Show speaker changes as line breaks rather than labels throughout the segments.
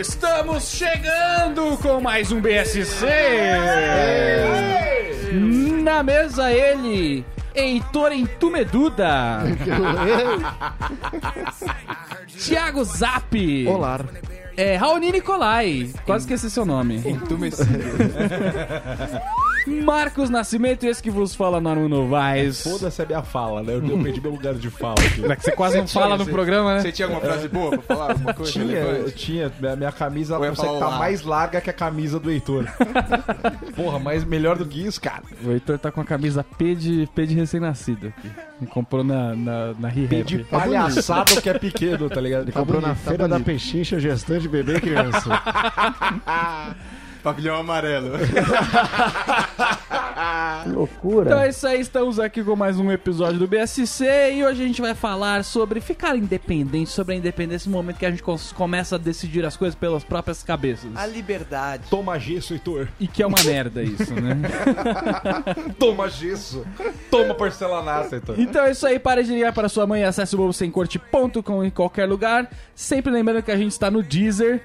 Estamos chegando com mais um BSC. Na mesa ele, Heitor Entumeduda. Thiago Zap.
Olá.
É, Raoni Nicolai. Quase esqueci seu nome. Marcos Nascimento, esse que vos fala, Norman Novaes.
Foda-se a minha fala, né? Eu, eu perdi meu lugar de fala. aqui.
É que você quase não fala no programa, né?
Você tinha alguma frase boa pra falar? Alguma coisa
É. Tinha, eu
relevante?
tinha. Minha, minha camisa
Eu
ela
ia
consegue
falar
estar
lá.
mais larga que a camisa do Heitor. Porra, mas melhor do que isso, cara.
O Heitor tá com a camisa P de, P de recém-nascido aqui. Me comprou na, na, na Rehab.
De palhaçada o que é pequeno, tá ligado? Ele comprou na feira da peixe.
pechincha, gestante, bebê e criança.
Pavilhão amarelo.
Que
Então
loucura.
é isso aí, estamos aqui com mais um episódio do BSC e hoje a gente vai falar sobre ficar independente, sobre a independência no momento que a gente cons- começa a decidir as coisas pelas próprias cabeças.
A liberdade.
Toma gesso, Heitor.
E que é uma merda isso, né?
Toma gesso. Toma porcelanato, Heitor.
Então é isso aí, pare de ligar para sua mãe e acesse o bobosemcorte.com em qualquer lugar. Sempre lembrando que a gente está no Deezer,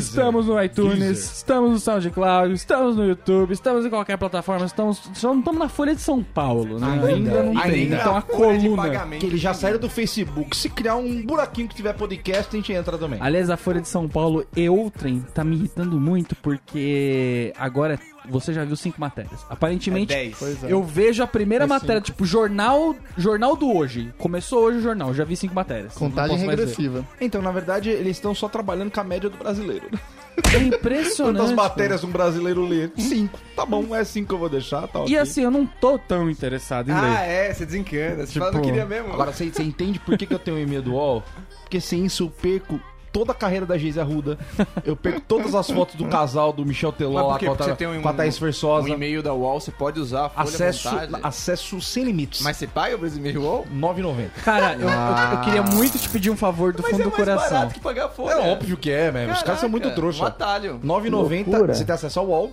estamos no iTunes,
Deezer.
estamos no SoundCloud, estamos no YouTube, estamos em qualquer plataforma, estamos, só não estamos na Folha de São Paulo, né? Ainda, não tem,
Ainda.
então a
Folha de
coluna.
pagamento.
Que eles já saíram do Facebook. Se criar um buraquinho que tiver podcast, a gente entra também.
Aliás, a Folha de São Paulo e outrem tá me irritando muito porque agora você já viu cinco matérias. Aparentemente,
10.
eu vejo a
É
primeira matéria, tipo, jornal, jornal do hoje. Começou hoje o jornal, já vi cinco matérias.
Contagem
Não posso mais ver.
regressiva.
Então, na verdade, eles estão só trabalhando com a média do brasileiro. né?
É
Quantas
impressionante.
matérias um brasileiro lê? Cinco. Tá bom, é cinco que eu vou deixar, tá
E
ok.
assim, eu não tô tão interessado em
Ah,
ler.
é, você desencana. Você fala,
Tipo,
não queria mesmo.
Agora, você, você entende por que, que eu tenho e-mail do UOL? Porque sem isso eu perco toda a carreira da Geise Arruda. Eu perco todas as fotos do casal do Michel
Mas
Teló
por
lá
quê?
com a,
Porque
Ta-
você tem um-
com a Thaís
o
Versosa.
e-mail da UOL, você pode usar a folha à
acesso,
vontade.
acesso sem limites.
Mas você paga o e-mail UOL?
9,90.
Cara, eu, eu- eu queria muito te pedir um favor do
Mas
fundo
é
do
mais
coração.
barato que pagar a folha.
É óbvio que é, velho. Os caras são muito
Caraca, Um
trouxa.
atalho.
9,90
Loucura.
você tem acesso ao UOL.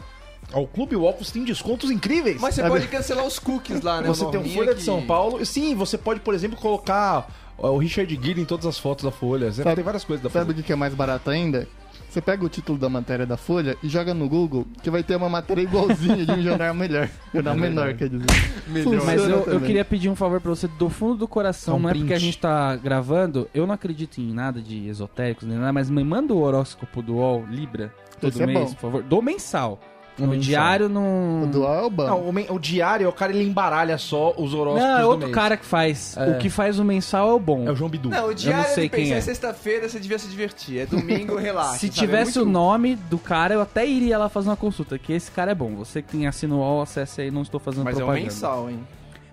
Ao Clube UOL, você tem descontos incríveis.
Mas você
Sabe?
pode cancelar os cookies lá, né?
Você
Uma
tem um
norminha
Folha de
que-
São Paulo. Sim, você pode, por exemplo, colocar ó, o Richard Gere em todas as fotos da Folha. Você
Sabe-
tem várias coisas da
Sabe
Folha.
o que que é mais barato ainda? Você pega o título da matéria da Folha e joga no Google, que vai ter uma matéria igualzinha de um jornal melhor. é Jornal menor, quer dizer. Melhor.
Mas eu, eu queria pedir um favor pra você do fundo do coração,
É um
não é
print.
porque a gente tá gravando, eu não acredito em nada de esotéricos nem nada, mas me manda o horóscopo do UOL Libra todo
Esse é
mês,
bom.
por favor. Do mensal.
Do
No
mensal.
diário
O
não.
do Alba.
Não, o, men- o diário, é o cara ele embaralha só os horóscopos
Não, é
do
outro
mês.
cara que faz.
É.
O que faz o mensal é o bom.
É o João Bidu.
Não, o diário
sei
ele pensa,
quem é.
é sexta-feira, você devia se divertir. É domingo, relaxa.
Se
sabe? É
tivesse
muito-
o nome do cara, eu até iria lá fazer uma consulta, que esse cara é bom. Você que tem assino o UOL, acesse aí, não estou fazendo
Mas é um
propaganda.
mensal, hein?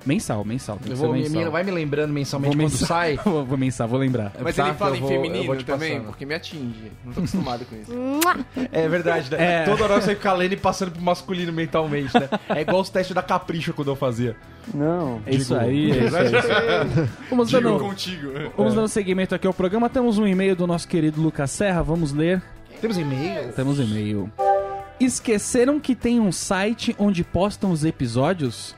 Mensal, mensal. Tem
Eu
que
vou,
ser
me,
mensal.
me- vai me lembrando mensalmente
Vou
quando
mensal.
sai.
vou, vou mensal, vou lembrar.
Mas
Tá,
ele fala
eu
em
vou- eu vou
feminino
te
também,
passando.
porque me atinge. Não tô acostumado com isso.
É verdade, né?
É.
Toda hora você fica lendo e passando pro masculino mentalmente, né? É igual os testes da Capricho quando eu fazia.
Não.
É isso aí, é isso aí. Vamos
Digo
dando,
contigo.
vamos dando seguimento aqui ao programa. Temos um e-mail do nosso querido Lucas Serra, vamos ler.
Temos e-mail?
Temos e-mail. Esqueceram que tem um site onde postam os episódios?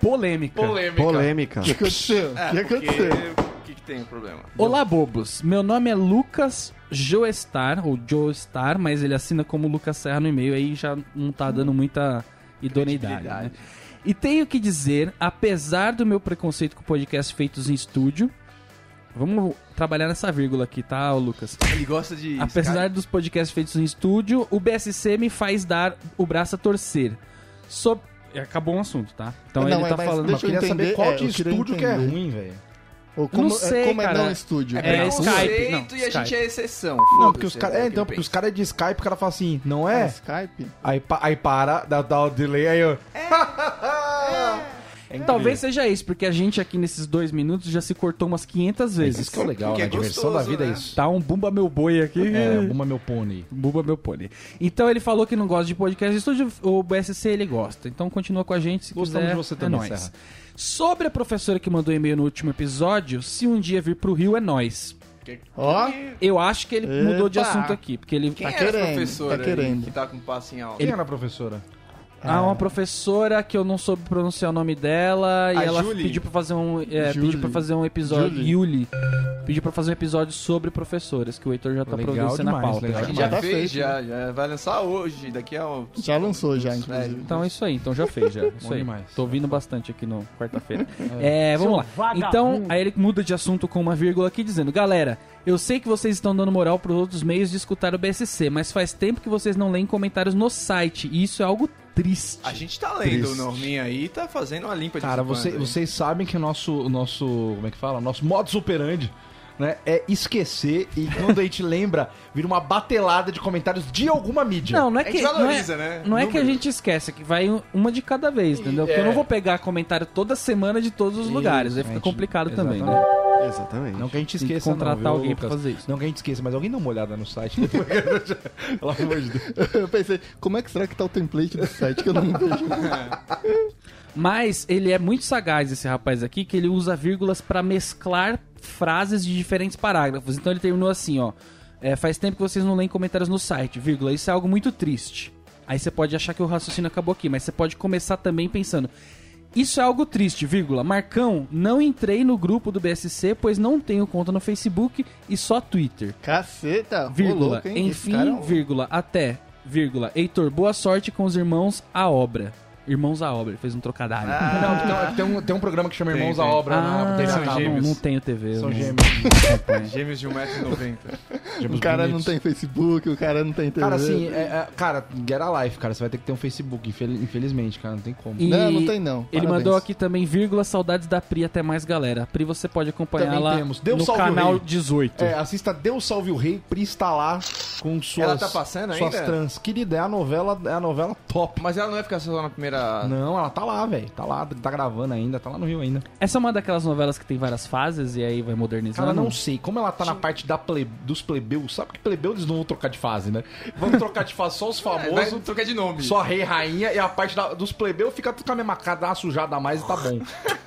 Polêmica.
Polêmica.
Polêmica.
O que aconteceu? O que
É, porque-
aconteceu?
O que, que tem o problema?
Olá, bobos. Meu nome é Lucas Joestar, ou Joestar, mas ele assina como Lucas Serra no e-mail, aí já não tá dando muita idoneidade. né? E tenho que dizer, apesar do meu preconceito com podcasts feitos em estúdio, vamos trabalhar nessa vírgula aqui, tá, ô Lucas?
Ele gosta de.
Apesar dos podcasts feitos em estúdio, o BSC me faz dar o braço a torcer. Sob... Acabou um assunto, tá? Então
Não,
ele
é,
tá
mas
falando.
deixa-
Eu queria saber
entender,
qual
é,
de
eu queria
estúdio que é
entender.
ruim, velho.
Ou como,
não sei,
como
cara.
é não estúdio?
É,
Não,
Skype,
preconceito
não,
e a gente
Skype.
é exceção.
Não, porque os
Foda-se,
caras.
o
É,
que
então,
eu
porque os
penso.
caras de Skype, o cara fala assim, não
é
é?
Skype?
Aí, pa- aí para, dá, dá o delay, aí eu. É Então,
Talvez seja isso, porque a gente aqui nesses dois minutos já se cortou umas 500 vezes.
Isso que é o legal,
Que é
né? A diversão
gostoso,
da vida é
né?
isso.
Tá um bumba meu boi aqui.
É, uma meu pônei.
Buba meu pônei. Então ele falou que não gosta de podcast de estúdio, o BSC ele gosta. Então continua com a gente se
Gostamos
quiser.
de você também,
é nóis.
Serra.
Sobre a professora que mandou e-mail no último episódio, se um dia vir pro Rio é nós.
Ó,
Eu acho que ele
Epa!
mudou de assunto aqui, porque ele
é Quem
Tá
era
querendo,
essa professora
tá
aí
querendo.
que tá com passo em alta?
Quem era a é, professora?
a uma professora que eu não soube pronunciar o nome dela e
A
ela
Julie?
pediu pra fazer um é,
Julie.
pediu para fazer um episódio
Julie.
Yuli pediu pra fazer um episódio sobre professoras que o Heitor já tá
Legal
produzindo a
demais,
pauta.
legal
A gente
Já
já
tá
fez,
feito,
já, já vai lançar hoje, daqui a um... né?
Já lançou, já, inclusive.
Então é isso aí, então já fez já. Isso
Bom
aí.
demais.
Tô ouvindo bastante aqui no quarta-feira. É, vamos lá.
vagabundo.
Então, aí ele muda de assunto com uma vírgula aqui dizendo: "Galera, eu sei que vocês estão dando moral pros outros meios de escutar o BSC, mas faz tempo que vocês não leem comentários no site e isso é algo triste."
A gente tá lendo
Triste.
o Norminha aí e tá fazendo uma limpa de
Cara,
vez em
você-
quando, hein?
vocês sabem que o nosso, o nosso. Como é que fala? O Nosso modus operandi. Né, é esquecer e quando a gente lembra, vira uma batelada de comentários de alguma mídia.
Não, não é
A
que
gente valoriza,
não é,
né?
Não é que a
Número.
gente esquece, é que vai um- uma de cada vez, entendeu?
É.
Porque eu não vou pegar comentário toda semana de todos os lugares, aí fica
gente,
complicado também, né?
exatamente.
Exatamente.
Não que a gente
Tem que
esqueça,
contratar
não, viu,
alguém pra
Lucas?
fazer isso.
Não que a gente esqueça, mas alguém dá uma olhada no site. depois. Pelo amor de Deus.
Eu pensei, como é que será que tá o template do site que eu não vejo?
Mas ele é muito sagaz, esse rapaz aqui, que ele usa vírgulas pra mesclar frases de diferentes parágrafos. Então ele terminou assim, ó. é, faz tempo que vocês não leem comentários no site, vírgula. Isso é algo muito triste. Aí você pode achar que o raciocínio acabou aqui, mas você pode começar também pensando. Isso é algo triste, vírgula. Marcão, não entrei no grupo do BSC, pois não tenho conta no Facebook e só Twitter.
Caceta, ô
Vírgula.
louco, hein? Esse
Enfim,
cara é um-
vírgula. Até, vírgula. Heitor, boa sorte com os irmãos à obra. Irmãos à obra, ele fez um trocadilho.
Ah,
Não, que tem, tem um, tem um programa que chama
Tem,
Irmãos à
tem.
Obra
Ah,
na TV
são
tá,
Natal.
não,
gêmeos.
não tenho TV. eu
São
não-
gêmeos.
Gêmeos de 1,90m.
Gêmeos
O cara não
bonitos.
tem Facebook, o cara não tem internet.
Cara, assim, é- é- cara, get a life, cara. Você vai ter que ter um Facebook, infel- infelizmente, cara. Não tem como.
E
Não, não tem não.
Ele
Parabéns.
mandou aqui também, vírgula, saudades da Pri, até mais galera. Pri, você pode acompanhar
Também
lá
temos. Deus
no
salve o
canal
rei.
18.
É, assista Deus Salve o Rei pra instalar com suas,
Ela tá passando
suas
ainda?
trans. Querida, é a novela, é a novela top.
Mas ela não vai ficar só na primeira...
Não, ela tá lá, velho. Tá lá, tá gravando ainda, tá lá no Rio ainda.
Essa é uma daquelas novelas que tem várias fases e aí vai modernizando.
Cara, não sei. Como ela tá na parte da ple- dos plebeus, sabe que plebeus eles não vão trocar de fase, né? Vão trocar de fase só os
É, vai
famosos,
trocar de nome.
só rei, rainha, e a parte da- dos plebeus fica tudo com a mesma cara, dá uma sujada a mais e tá bom.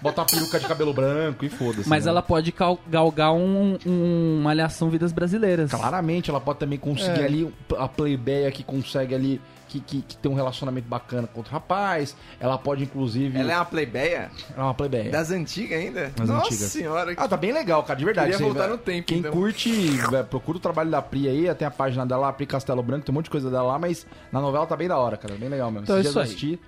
Bota a peruca de cabelo branco e foda-se.
Mas
né?
ela pode cal- galgar um, um- uma alhação Vidas Brasileiras.
Claramente ela pode também conseguir
É.
ali um, a plebeia que consegue ali. Que, que, que tem um relacionamento bacana com outro rapaz. Ela pode, inclusive.
Ela é uma plebeia?
ela é uma plebeia.
Das antigas ainda?
Das
Nossa
antigas.
senhora, que
Ah, tá bem legal, cara, de verdade.
Queria
Isso aí,
voltar
velho.
no tempo,
Quem
então.
curte, velho, procura o trabalho da Pri aí, tem a página dela, Pri Castelo Branco, tem um monte de coisa dela lá, mas na novela tá bem da hora, cara, bem legal mesmo.
Então é
dia
isso
eu
aí.
assistir,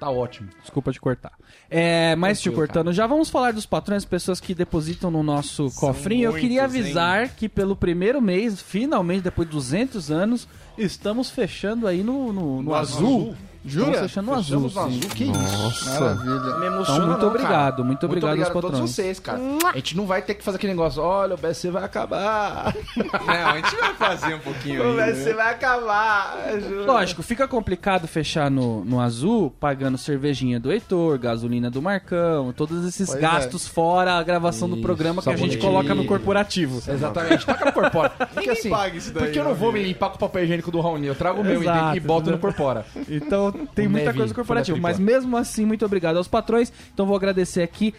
tá ótimo.
Desculpa te cortar. É, mas te
Tranquilo,
cortando, já vamos falar dos patrões, pessoas que depositam no nosso cofrinho. Eu queria
muitos, hein?
avisar que pelo primeiro mês, finalmente, depois de 200 anos, estamos fechando aí no, no- no azul. Estamos
Jura?
fechando no azul.
Fechamos no
sim.
azul, que isso?
Maravilha.
Me
Então,
emociona,
muito,
não, cara.
obrigado, muito
Muito
obrigado,
obrigado,
aos
a todos
patrões.
vocês, cara. A gente não vai ter que fazer aquele negócio, olha, o BSC vai acabar.
Não, a gente vai fazer um pouquinho
O
aí.
BSC
Né?
vai acabar. juro.
Lógico, fica complicado fechar no, no azul, pagando cervejinha do Heitor, gasolina do Marcão, todos esses
Pois é.
gastos fora a gravação do
Isso,
programa que a gente
sabonetinho.
coloca no corporativo.
Exatamente, taca no corpora. Porque assim,
paga isso daí,
porque eu não vou me limpar com o papel higiênico do Raoni, eu trago o meu e-
Exato,
e boto no
entendeu?
corpora.
Então tem
O
muita
Neve
coisa corporativa.
foi da
Mas
película.
mesmo assim, muito obrigado aos patrões. Então vou agradecer aqui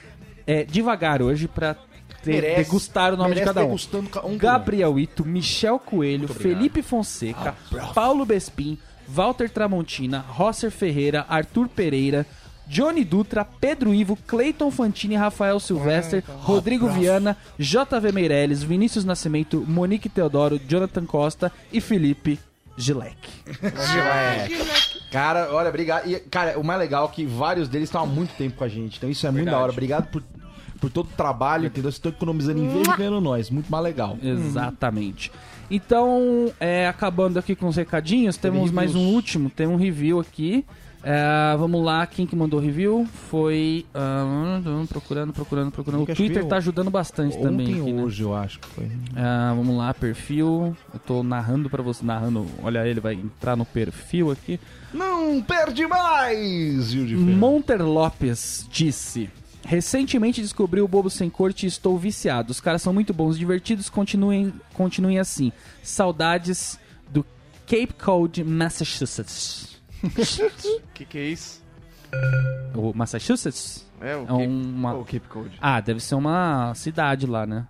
é, devagar hoje pra ter-
Merece-
degustar o nome de
merece
cada um.
degustando ca- um por um.
Gabriel Ito, Michel Coelho, Felipe Fonseca, Paulo Bespin, Walter Tramontina, Rosser Ferreira, Arthur Pereira. Johnny Dutra, Pedro Ivo, Cleiton Fantini, Rafael Silvestre, Rodrigo Viana, JV Meirelles, Vinícius Nascimento, Monique Teodoro, Jonathan Costa e Felipe Gilek. um.
Cara, olha, obrigado. E, cara, o mais legal é que vários deles estão há muito tempo com a gente. Então isso é muito da hora. Obrigado por, por todo o trabalho, entendeu? Vocês estão economizando em vez de ganhando nós. Muito mais legal.
Exatamente. Então, é, acabando aqui com os recadinhos, temos
reviews.
mais um último, tem um review aqui. É, vamos lá, quem que mandou o review foi. ah, procurando, procurando, procurando. O
Acho que
Twitter
eu-
tá ajudando bastante também.
Ontem
aqui, né?
ou hoje, eu acho que foi.
Ah, vamos lá, perfil. Eu tô narrando pra você, narrando. Olha, ele vai entrar no perfil aqui.
Não perde mais, Gil de Ferreira.
Monter Lopes disse. Recentemente descobri o Bobo Sem Corte e estou viciado. Os caras são muito bons, divertidos, continuem, continuem assim. Saudades do Cape Cod, Massachusetts.
Que que é isso?
O Massachusetts?
É o
É
Cape-
uma.
o Cape Code.
Ah, deve ser uma cidade lá, né?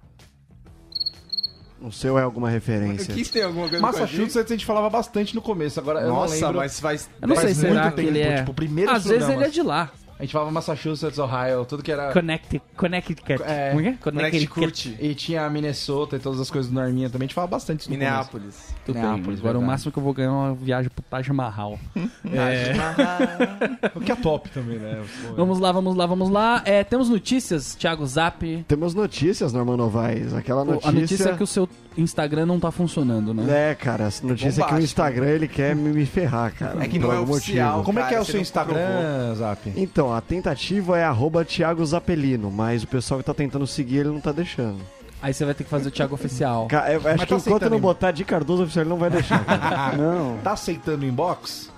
O seu é alguma referência.
Aqui tem alguma coisa com a
Massachusetts a gente falava bastante no começo, agora
gente?
eu não
Nossa,
lembro.
mas faz.
Eu não
Faz
sei,
muito
será que
tempo,
ele é.
tipo, primeiros
um
Às vezes ele
programas.
é de lá.
A gente falava Massachusetts, Ohio, tudo que era...
Connecticut. Connecticut.
É,
Como é que é?
Ah. Connecticut,
E tinha Minnesota e todas as coisas do Norminha também, a gente falava bastante isso no começo.
Minneapolis.
Tudo bem,
Minneapolis,
agora o
verdade.
máximo que eu vou ganhar é uma viagem pro Taj Mahal. É.
O que é top também, né?
Vamos lá, vamos lá, vamos lá. É, temos notícias, Thiago Zap.
Temos notícias, Norman Novaes. Aquela
O-
notícia.
A notícia é que o seu Instagram não tá funcionando, né?
É, cara, essa notícia é que o
Bombástico.
Instagram ele quer me me ferrar, cara.
É que
por
não é
algum
oficial.
motivo.
Como é que é
Cara,
o
você
seu
não
Instagram, Zap?
Então, a tentativa é arroba Thiago Zapelino, mas o pessoal que tá tentando seguir ele não tá deixando.
Aí você vai ter que fazer o Thiago Oficial.
Ca- eu acho
tá
que enquanto
aceitando,
não
hein?
botar de Cardoso oficial, ele não vai deixar. cara. não.
Tá aceitando inbox?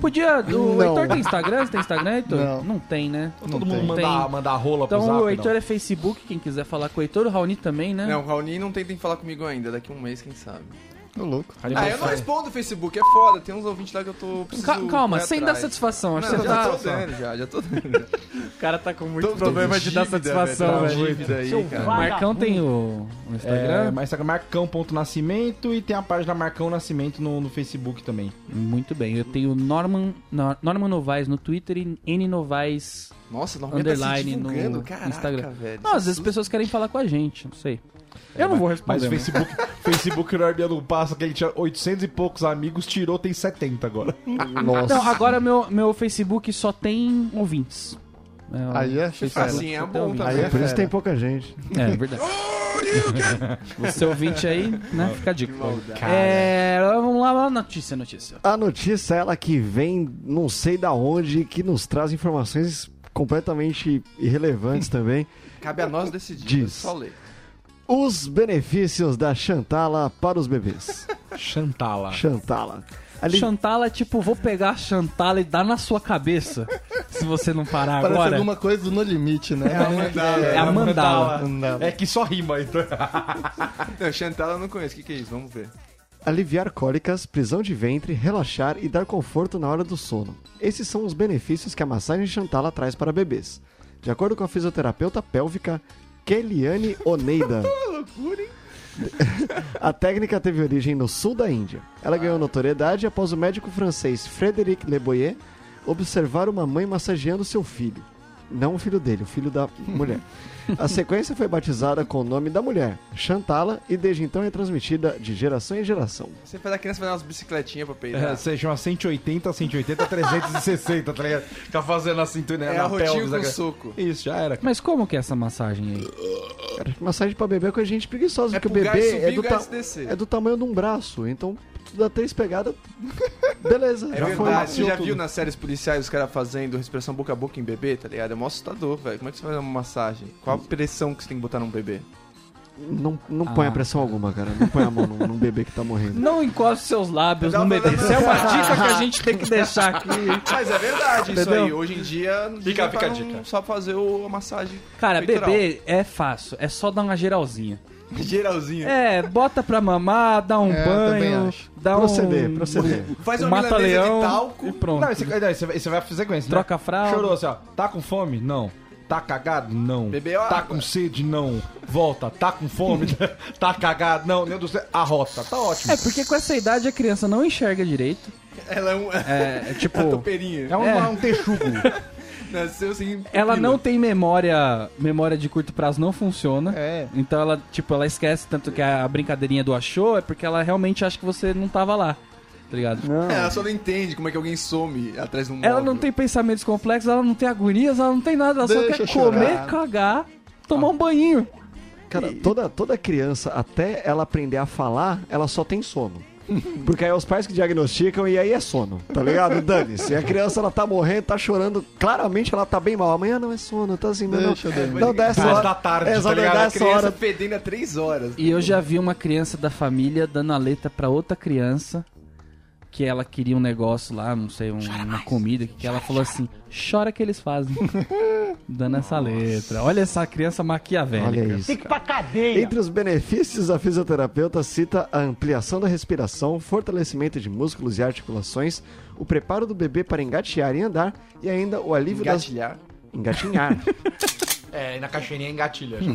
Podia. O
Não.
Heitor tem Instagram? Você tem Instagram, Heitor?
Não.
tem, né?
Ou Todo
Não
mundo
tem.
manda, manda rola pro
Então
Zap,
o Heitor
não?
é Facebook, quem quiser falar com o Heitor, o Raoni também, né?
Não, o Raoni não tentem falar comigo ainda, daqui um mês, quem sabe.
Ô, louco.
Ah,
é
eu não respondo o Facebook, é foda. Tem uns ouvintes lá que eu tô. preciso
Ca- calma,
correr
sem dar
atrás.
satisfação. Acho
Não,
que você
já
tá.
tô dando, já, já tô dando.
O cara tá com muito
Tô- tô
problema de dar
dívida,
satisfação,
tá
velho.
dívida aí, cara.
O Marcão tem o, o
É,
Instagram.
mas Instagram marcão.nascimento e tem a página Marcão Nascimento no, no Facebook também.
Muito bem, eu tenho Norman, Nor- Norman Novaes no Twitter e N Novaes.
Nossa, normalmente tá se
Underline no
divulgando, caraca,
Instagram.
velho.
Não, às vezes as pessoas querem falar com a gente, não sei. Eu não vou
Mas
responder.
o
né?
Facebook, Facebook Norminha não passa, que ele tinha 800 e poucos amigos, tirou, tem 70 agora.
Nossa.
Ah, Não, agora meu, meu Facebook só tem ouvintes. É,
Aí é
Facebook
sucesso.
Assim é
só tem um
bom
ouvintes.
Aí é
Por isso
fera.
tem pouca gente.
É, verdade. Você ouvinte aí, né? Fica a dica.
Cara.
É, vamos lá, vamos lá, notícia, notícia.
A notícia, é ela que vem, não sei da onde, que nos traz informações completamente irrelevantes também.
né? Cabe a nós decidir.
Diz.
Só ler.
Os benefícios da Chantala para os bebês.
Chantala.
Chantala. Ali-
Chantala é tipo, vou pegar a Chantala e dar na sua cabeça. se você não parar
Parece
agora.
alguma coisa do No Limite, né?
É a mandala.
Mandala.
É que só rima, então.
Não, Chantal eu não conheço. O que, que é isso? Vamos ver.
Aliviar cólicas, prisão de ventre, relaxar e dar conforto na hora do sono. Esses são os benefícios que a massagem Chantala traz para bebês. De acordo com a fisioterapeuta pélvica Keliane Oneida. A técnica teve origem no sul da Índia. Ela ganhou notoriedade após o médico francês Frédéric Leboyer observar uma mãe massageando seu filho. Não o filho dele, o filho da mulher. A sequência foi batizada com o nome da mulher, Chantala, e desde então é transmitida de geração em geração.
Você faz a criança fazer umas bicicletinhas pra
É,
peidar.
você chama 180, 180, 360, tá ligado? Fica fazendo assim, tu, né?
É,
na
a rotinha
pelvis da
com
criança.
soco.
Isso, já era.
Mas como que é essa massagem aí?
Cara, Massagem pra bebê é com a gente preguiçosa,
É
porque o
pro
bebê
gás subir
é
e
do,
o gás
ta-
descer.
é do tamanho de um braço, então tu dá três pegadas, beleza.
É
já foi,
verdade, você
maciou
já
tudo.
viu nas séries policiais os caras fazendo respiração boca a boca em bebê, tá ligado? É mó assustador, velho. Como é que você faz uma massagem? Qual a pressão que você tem que botar num bebê?
Não, não põe
Ah.
a pressão alguma, cara. Não põe a mão num, num bebê que tá morrendo.
Não encoste seus lábios no bebê. Isso é uma dica que a gente tem que deixar aqui.
Mas é verdade isso
Entendeu?
aí. Hoje em dia,
Fica-
dizem pra
fica a
não um
dica.
só fazer o, a massagem.
Cara,
peitoral.
bebê é fácil. É só dar uma geralzinha.
Geralzinho.
É, bota pra mamar, dá um
É, eu também
banho,
acho.
dá
Proceder,
um...
proceder.
Faz
um
uma milanesa de
mata-leão
talco.
e pronto.
Não, você, não, você vai- você vai fazer sequência, né?
Troca a fralda.
Chorou assim, ó. Tá com fome? Não. Tá cagado? Não.
Bebeu
tá
água.
com sede? Não. Volta. Tá com fome? tá cagado? Não. Meu Deus do céu. Arrota. Tá ótimo.
É, porque com essa idade a criança não enxerga direito.
Ela é um.
É, é tipo...
a topeirinha.
É um,
É.
um texugo.
Nasceu assim.
Ela
pupila.
não tem memória, memória de curto prazo não funciona.
É.
Então ela, tipo, ela esquece tanto que a brincadeirinha do achou é porque ela realmente acha que você não tava lá. Tá ligado?
Ela só não entende como é que alguém some atrás de um
Ela
móvel.
não tem pensamentos complexos, ela não tem agonias, ela não tem nada, ela só
Deixa
quer
chorar.
comer, cagar, tomar um banhinho.
Cara, toda, toda criança, até ela aprender a falar, ela só tem sono. Porque aí é os pais que diagnosticam e aí é sono, tá ligado? Dane-se. E a criança, ela tá morrendo, tá chorando. Claramente ela tá bem mal. Amanhã não é sono, tá assim, não. não.
Deixa eu dormir.
Não, dessa
Duas
hora.
da tarde,
é,
tá
exatamente,
ligado? A
dessa
Criança
hora.
fedendo há três horas.
E eu já vi uma criança da família dando a letra pra outra criança que ela queria um negócio lá, não sei, um- uma comida, que ela falou assim: chora que eles fazem. dando essa letra. Olha essa criança maquiavélica.
Olha isso. cara. Entre os benefícios, a fisioterapeuta cita a ampliação da respiração, fortalecimento de músculos e articulações, o preparo do bebê para engatear e andar e ainda o alívio das
Engatilhar.
engatinhar.
É, e na caixinha engatilha. já.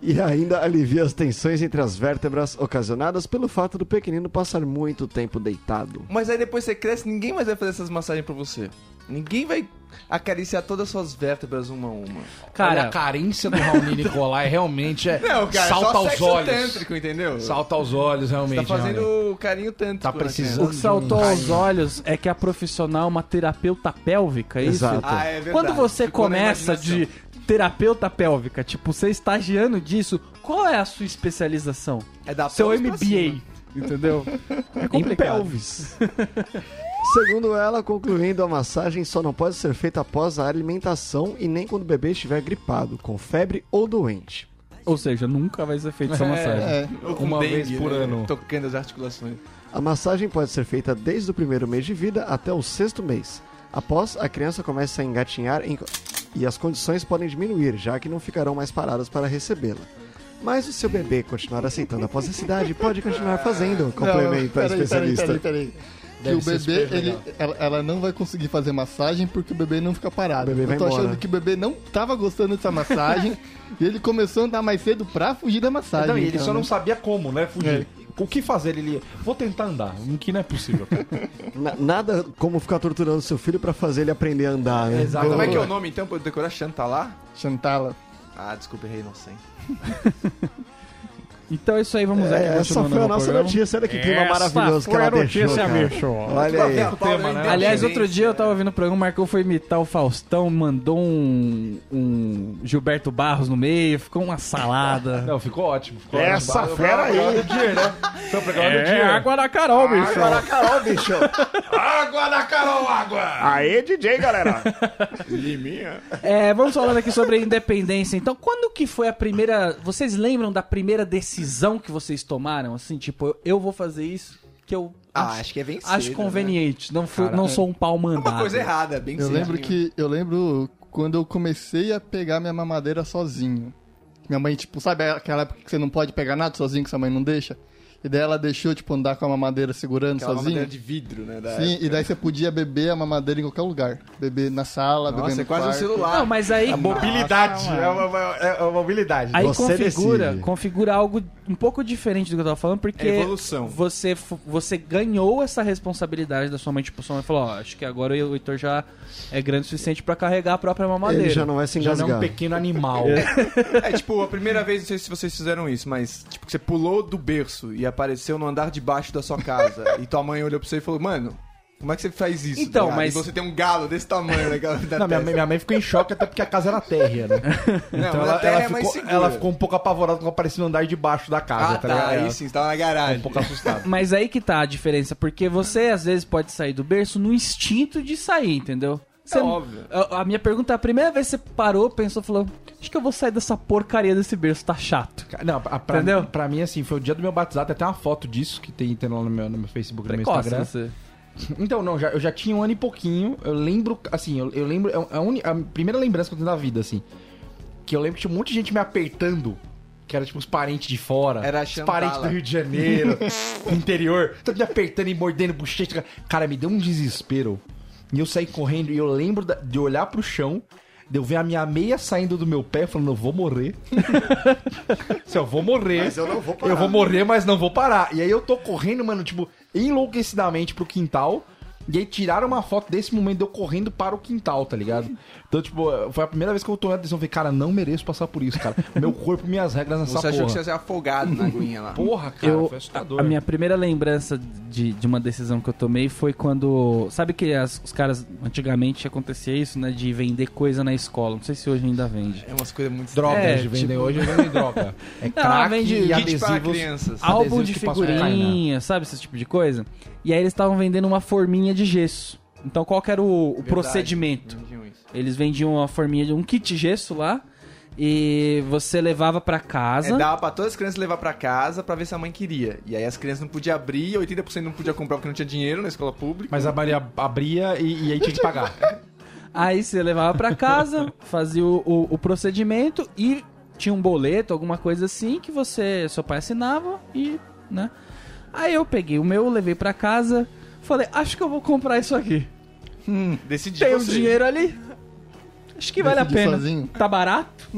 E ainda alivia as tensões entre as vértebras ocasionadas pelo fato do pequenino passar muito tempo deitado.
Mas aí depois você cresce, ninguém mais vai fazer essas massagens pra você. Ninguém vai acariciar todas as suas vértebras uma a uma.
Olha, a
Cara,
carência do Raoni Nicolai realmente é. salta aos olhos.
tântrico, entendeu?
Salta aos olhos,
Você
realmente.
tá
Raoni.
fazendo carinho tântrico.
Tá
né,
precisando.
cara?
o que saltou aos olhos é que a profissional é uma terapeuta pélvica, é isso?
Exato.
Ah, é verdade.
Quando você
Ficou na
começa de
imaginação.
terapeuta pélvica, tipo, você é estagiando disso, qual é a sua especialização?
É né? da
Seu
pelvis
MBA,
pra cima.
entendeu? É
Em pelvis. Segundo ela, concluindo, a massagem só não pode ser feita após a alimentação e nem quando o bebê estiver gripado, com febre ou doente.
Ou seja, nunca vai ser feita essa
É.
massagem.
É.
Ou com
Uma vez por ano.
Tocando as articulações.
A massagem pode ser feita desde o primeiro mês de vida até o sexto mês. Após, a criança começa a engatinhar em- e as condições podem diminuir, já que não ficarão mais paradas para recebê-la. Mas o seu bebê continuar aceitando após essa idade, pode continuar fazendo, complementa a
Não, peraí,
especialista.
Peraí, peraí, peraí. Que
Deve
o
ser
bebê,
super
ele,
legal.
ela, ela não vai conseguir fazer massagem porque o bebê não fica parado.
O bebê vai
Eu tô
embora.
achando que o bebê não tava gostando dessa massagem e ele começou a andar mais cedo pra fugir da massagem.
Então, e ele
então,
só não
né?
sabia como, né? Fugir. O que fazer? Ele. Vou tentar andar. O que não é possível. cara.
Na- nada como ficar torturando seu filho pra fazer ele aprender a andar, né?
Exato.
Como é que é o nome então? Pra eu decorar Chantalá?
Chantala.
Ah, desculpa, errei inocente.
Então é isso aí, vamos ver.
É,
aqui,
essa
continuando
foi a
no
nossa
programa.
notícia. Olha que clima maravilhoso que ela deixou, cara. Olha aí.
Tá vendo,
tema,
Paulo? Eu
né?
entendi.
Aliás, outro dia eu tava ouvindo o programa, o Marcão foi imitar o Faustão, mandou um, um Gilberto Barros no meio, ficou uma salada.
Não, ficou ótimo. Ficou
Essa
ótimo.
fera aí.
Foi o programa do dia, né? Foi o programa do
É,
dia.
água da Carol, bicho.
Agora, Carol, bicho.
Água na Carol, água!
Aê, DJ, galera.
Liminha.
É, vamos falando aqui sobre a independência. Então, quando que foi a primeira... Vocês lembram da primeira decisão que vocês tomaram? Assim, tipo, eu, eu vou fazer isso que eu
Ah,
acho,
acho que é vencido.
acho conveniente. Não, fui-
Cara,
não sou um pau mandado.
Uma coisa errada, bem
Eu
cedinho.
lembro que. Eu lembro quando eu comecei a pegar minha mamadeira sozinho. Minha mãe, tipo, sabe aquela época que você não pode pegar nada sozinho que sua mãe não deixa? E daí ela deixou, tipo, andar com a mamadeira segurando
Aquela
sozinho.
mamadeira é de vidro, né? da
Sim,
época.
e daí você podia beber a mamadeira em qualquer lugar. Beber na sala, beber
Nossa,
no
é quase um
quarto.
celular.
Não, mas aí...
A
Mobilidade. é, uma, é uma mobilidade.
Aí
Você
configura,
decide.
configura algo um pouco diferente do que eu tava falando, porque
É evolução.
Você, f- você ganhou essa responsabilidade da sua mãe, tipo, sua mãe falou, ó, acho que agora o Heitor já é grande o suficiente pra carregar a própria mamadeira.
Ele já não vai se
Já não é um
engasgar.
pequeno animal.
É tipo, a primeira vez, não sei se vocês fizeram isso, mas tipo, que você pulou do berço e apareceu no andar de baixo da sua casa. e tua mãe olhou pra você e falou, mano, como é que você faz isso?
Então,
ligado?
mas-
E você tem um galo desse tamanho naquela da
Não, minha,
testa.
mãe- minha mãe ficou em choque até porque a casa era térrea, né?
Não,
Então
mas
ela,
a terra
ela
é mais
ficou,
segura.
ela ficou um pouco apavorada quando apareceu no andar de baixo da casa,
Ah,
tá
tá,
ligado?
aí
Ela
sim, você tava na
ficou um
garagem.
pouco assustada.
Mas aí que tá a diferença, porque você às vezes pode sair do berço no instinto de sair, entendeu? Você-
É óbvio.
A, a minha pergunta é a primeira vez que você parou, pensou, falou, acho que eu vou sair dessa porcaria desse berço, tá chato.
Cara, Não, pra, pra-
Entendeu?
pra mim, assim, foi o dia do meu batizado. Tem até uma foto disso que tem, tem lá no meu, no meu Facebook, no meu
Precoce né?
Instagram.
você.
Então, não, já- eu já tinha um ano e pouquinho. Eu lembro, assim, eu, eu lembro. é A, uni- a primeira lembrança que eu tenho da vida, assim. Que eu lembro que tinha um monte de gente me apertando. Que era tipo os parentes de fora.
Era a
os
Chantala.
parentes do Rio de Janeiro, do interior. Todo me apertando e mordendo bochecha. Cara. Cara, me deu um desespero. E eu saí correndo e eu lembro da- de olhar pro chão. De eu ver a minha meia saindo do meu pé, falando, eu vou morrer. Se eu vou morrer.
Mas eu não vou parar.
Eu vou morrer, mas não vou parar. E aí eu tô correndo, mano, tipo, enlouquecidamente pro quintal. E aí tiraram uma foto desse momento de eu correndo para o quintal, tá ligado? Então, tipo, foi a primeira vez que eu tomei a decisão. Eu Falei, cara, não mereço passar por isso, cara. Meu corpo, minhas regras nessa
Você
porra.
achou que você ia ser afogado na aguinha lá.
Porra, cara,
Eu,
foi assustador.
a, a minha primeira lembrança de, de uma decisão que eu tomei foi quando. Sabe que as- os caras antigamente acontecia isso, né? De vender coisa na escola. Não sei se hoje ainda vende.
É umas coisas muito
Drogas
É,
vendem
tipo-
hoje, vendem droga. É
ela
crack
vende
e
kit
Kit para
adesivos.
crianças.
Ah,
Álbum
adesivos
de
que passam na
figurinha, sabe? Esse tipo de coisa. E aí eles estavam vendendo uma forminha de gesso. Então qual que era o- o
Verdade.
procedimento?
Vendiam isso.
Eles vendiam uma forminha de um kit gesso lá. E você levava pra casa.
É, dava pra todas as crianças levar pra casa pra ver se a mãe queria. E aí as crianças não podiam abrir, 80% não podia comprar porque não tinha dinheiro na escola pública.
Mas a Maria abria e, e aí tinha que pagar.
Aí você levava pra casa, fazia o, o- o procedimento e tinha um boleto, alguma coisa assim, que você, seu pai assinava e, né? Aí eu peguei o meu, levei pra casa, falei, acho que eu vou comprar isso aqui.
Decidi
Tem um
você.
dinheiro ali? Acho que vale a
Decidir
pena.
sozinho.
Tá barato,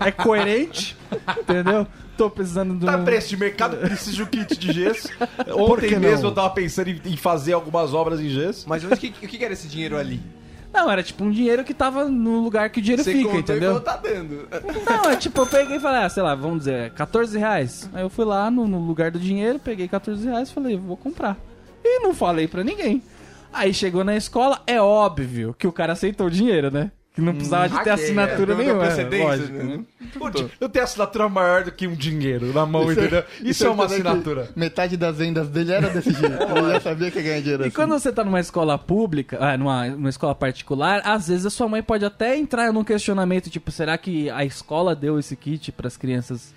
é coerente, entendeu? Tô precisando de um...
Tá preço de mercado,
É.
preciso de um kit de gesso.
Por
Ontem
que
mesmo
não?
eu tava pensando em, em fazer algumas obras em gesso.
Mas onde que, o que que era esse dinheiro ali?
Não, era tipo um dinheiro que tava no lugar que o dinheiro
Você
fica,
contou e
entendeu?
falou, tá dando.
Não, é tipo, eu peguei e falei, ah, sei lá, vamos dizer, 14 reais. Aí eu fui lá no, no lugar do dinheiro, peguei 14 reais e falei, vou comprar. E não falei pra ninguém. Aí chegou na escola, é óbvio que o cara aceitou o dinheiro, né? Que não precisava de ter
Ok,
assinatura
é, perguntou
nenhuma.
precedência,
lógico,
né?
né?
Pô, Eu tenho assinatura maior do que um dinheiro na mão, entendeu? Isso é uma assinatura.
Metade das vendas dele era desse jeito. Ele já sabia que ia ganhar dinheiro
E
assim.
quando você tá numa escola pública, ah, numa, numa escola particular, às vezes a sua mãe pode até entrar num questionamento, tipo, será que a escola deu esse kit pras crianças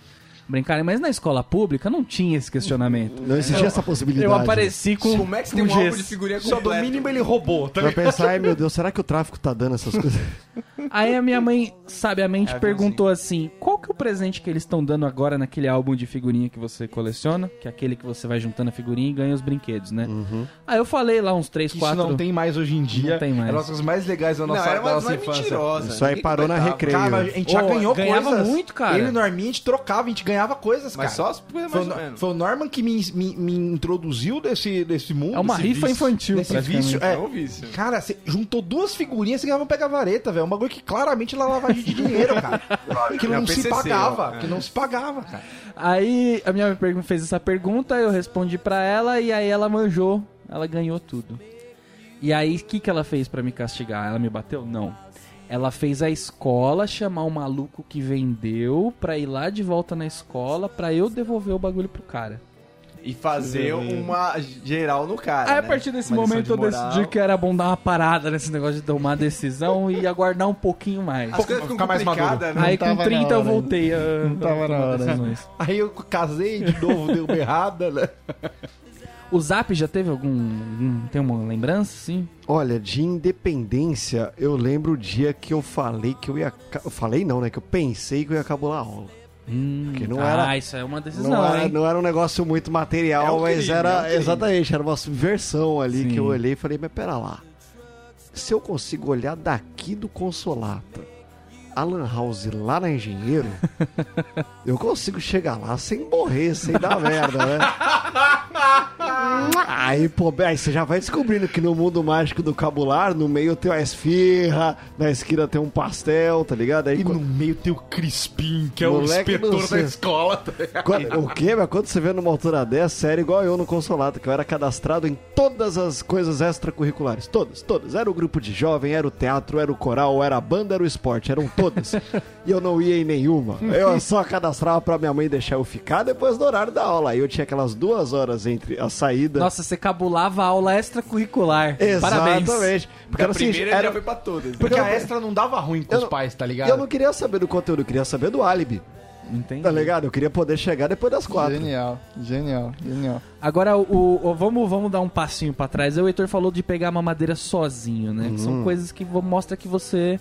brincarem? Mas na escola pública não tinha esse questionamento.
Não existia essa possibilidade.
Eu apareci com
Como é que você
com
tem um álbum
gesso.
de figurinha
Só do
completo?
mínimo ele roubou, tá
Vai
ligado?
pensar, ai meu Deus, será que o tráfico tá dando essas coisas?
Aí a minha mãe, sabiamente,
É,
perguntou assim: qual que é o presente que eles estão dando agora naquele álbum de figurinha que você coleciona? Que é aquele que você vai juntando a figurinha e ganha os brinquedos, né? Aí eu falei lá uns três,
Uhum. Que
quatro.
Isso não tem mais hoje em dia.
Não tem mais.
Era uma das coisas mais legais da
Não,
nossa,
era
da
uma
nossa
uma
infância.
mentirosa.
Isso aí
Ninguém
parou na
comentava.
recreio.
Cara, a gente já
Ô,
ganhou
ganhava
coisas.
muito, cara.
Ele e o Norminha, a gente trocava, a gente ganhava coisas,
Mas
cara.
só as
Foi,
coisas mais
o
ou
Nor-
menos.
foi o Norman que me, me- me introduziu nesse, nesse mundo.
É uma
desse
rifa
vício.
infantil,
Nesse
praticamente.
vício,
É
é.
um vício.
Cara, você juntou duas figurinhas e ganhava um pega-vareta, velho. Um bagulho que claramente era lavagem de dinheiro, cara. Que não,
É o
se
PCC,
pagava.
ó.
Que não se pagava, cara.
Aí a minha mãe pergun- fez essa pergunta, eu respondi pra ela e aí ela manjou, ela ganhou tudo. E aí o que, que ela fez pra me castigar? Ela me bateu? Não. Ela fez a escola chamar o maluco que vendeu pra ir lá de volta na escola pra eu devolver o bagulho pro cara.
E fazer uma geral no cara.
aí É, a
né?
partir desse
Uma lição
momento
de
eu
moral.
decidi que era bom dar uma parada nesse negócio de tomar decisão e aguardar um pouquinho mais.
As coisas ficam
Ficar mais
complicadas, né?
Aí
tava
com
na
30 eu
hora ainda.
voltei. A...
Não tava na
tomar
hora ainda.
decisões.
Aí eu casei de novo, deu uma errada, né?
O Zap já teve algum. algum- Tem uma lembrança, sim?
Olha, de independência, eu lembro o dia que eu falei que eu ia. ca- Eu falei não, né? Que eu pensei que eu ia cabular a aula.
Hum,
Porque não
ah,
era-
isso é uma decisão,
Não, era,
hein?
não era um negócio muito material,
É um
mas
crime, é um
era.
crime.
exatamente, era uma subversão ali
Sim.
que eu olhei e falei, mas pera lá. Se eu consigo olhar daqui do Consolata, Alan House lá na Engenheiro, eu consigo chegar lá sem morrer, sem dar merda, né? Aí, pô, bem, aí você já vai descobrindo que no mundo mágico do cabular, no meio tem uma esfirra, na esquina tem um pastel, tá ligado? Aí,
E
co-
no meio tem o Crispim, que é o
Moleque do
inspetor da
céu.
escola. tá ligado?
Quando- o quê? Mas quando você vê numa altura dessa, sério, igual eu no Consolata, que eu era cadastrado em todas as coisas extracurriculares. Todas, todas. Era o grupo de jovem, era o teatro, era o coral, era a banda, era o esporte, eram todas. e eu não ia em nenhuma. Eu só cadastrava pra minha mãe deixar eu ficar depois do horário da aula. Aí eu tinha aquelas duas horas entre a saída.
Nossa, você cabulava a aula extracurricular.
Exatamente.
Parabéns.
Porque
Da
era o seguinte,
primeira
era-
já foi pra todas.
Porque
eu-
a extra não dava ruim com
eu
os
não-
pais, tá ligado?
eu não queria saber do conteúdo, eu queria saber do álibi.
Entendi.
Tá ligado? Eu queria poder chegar depois das quatro.
Genial, genial, genial.
Agora, o, o- vamos, vamos dar um passinho pra trás. O Heitor falou de pegar a mamadeira sozinho, né? Que São coisas que vo- mostra que você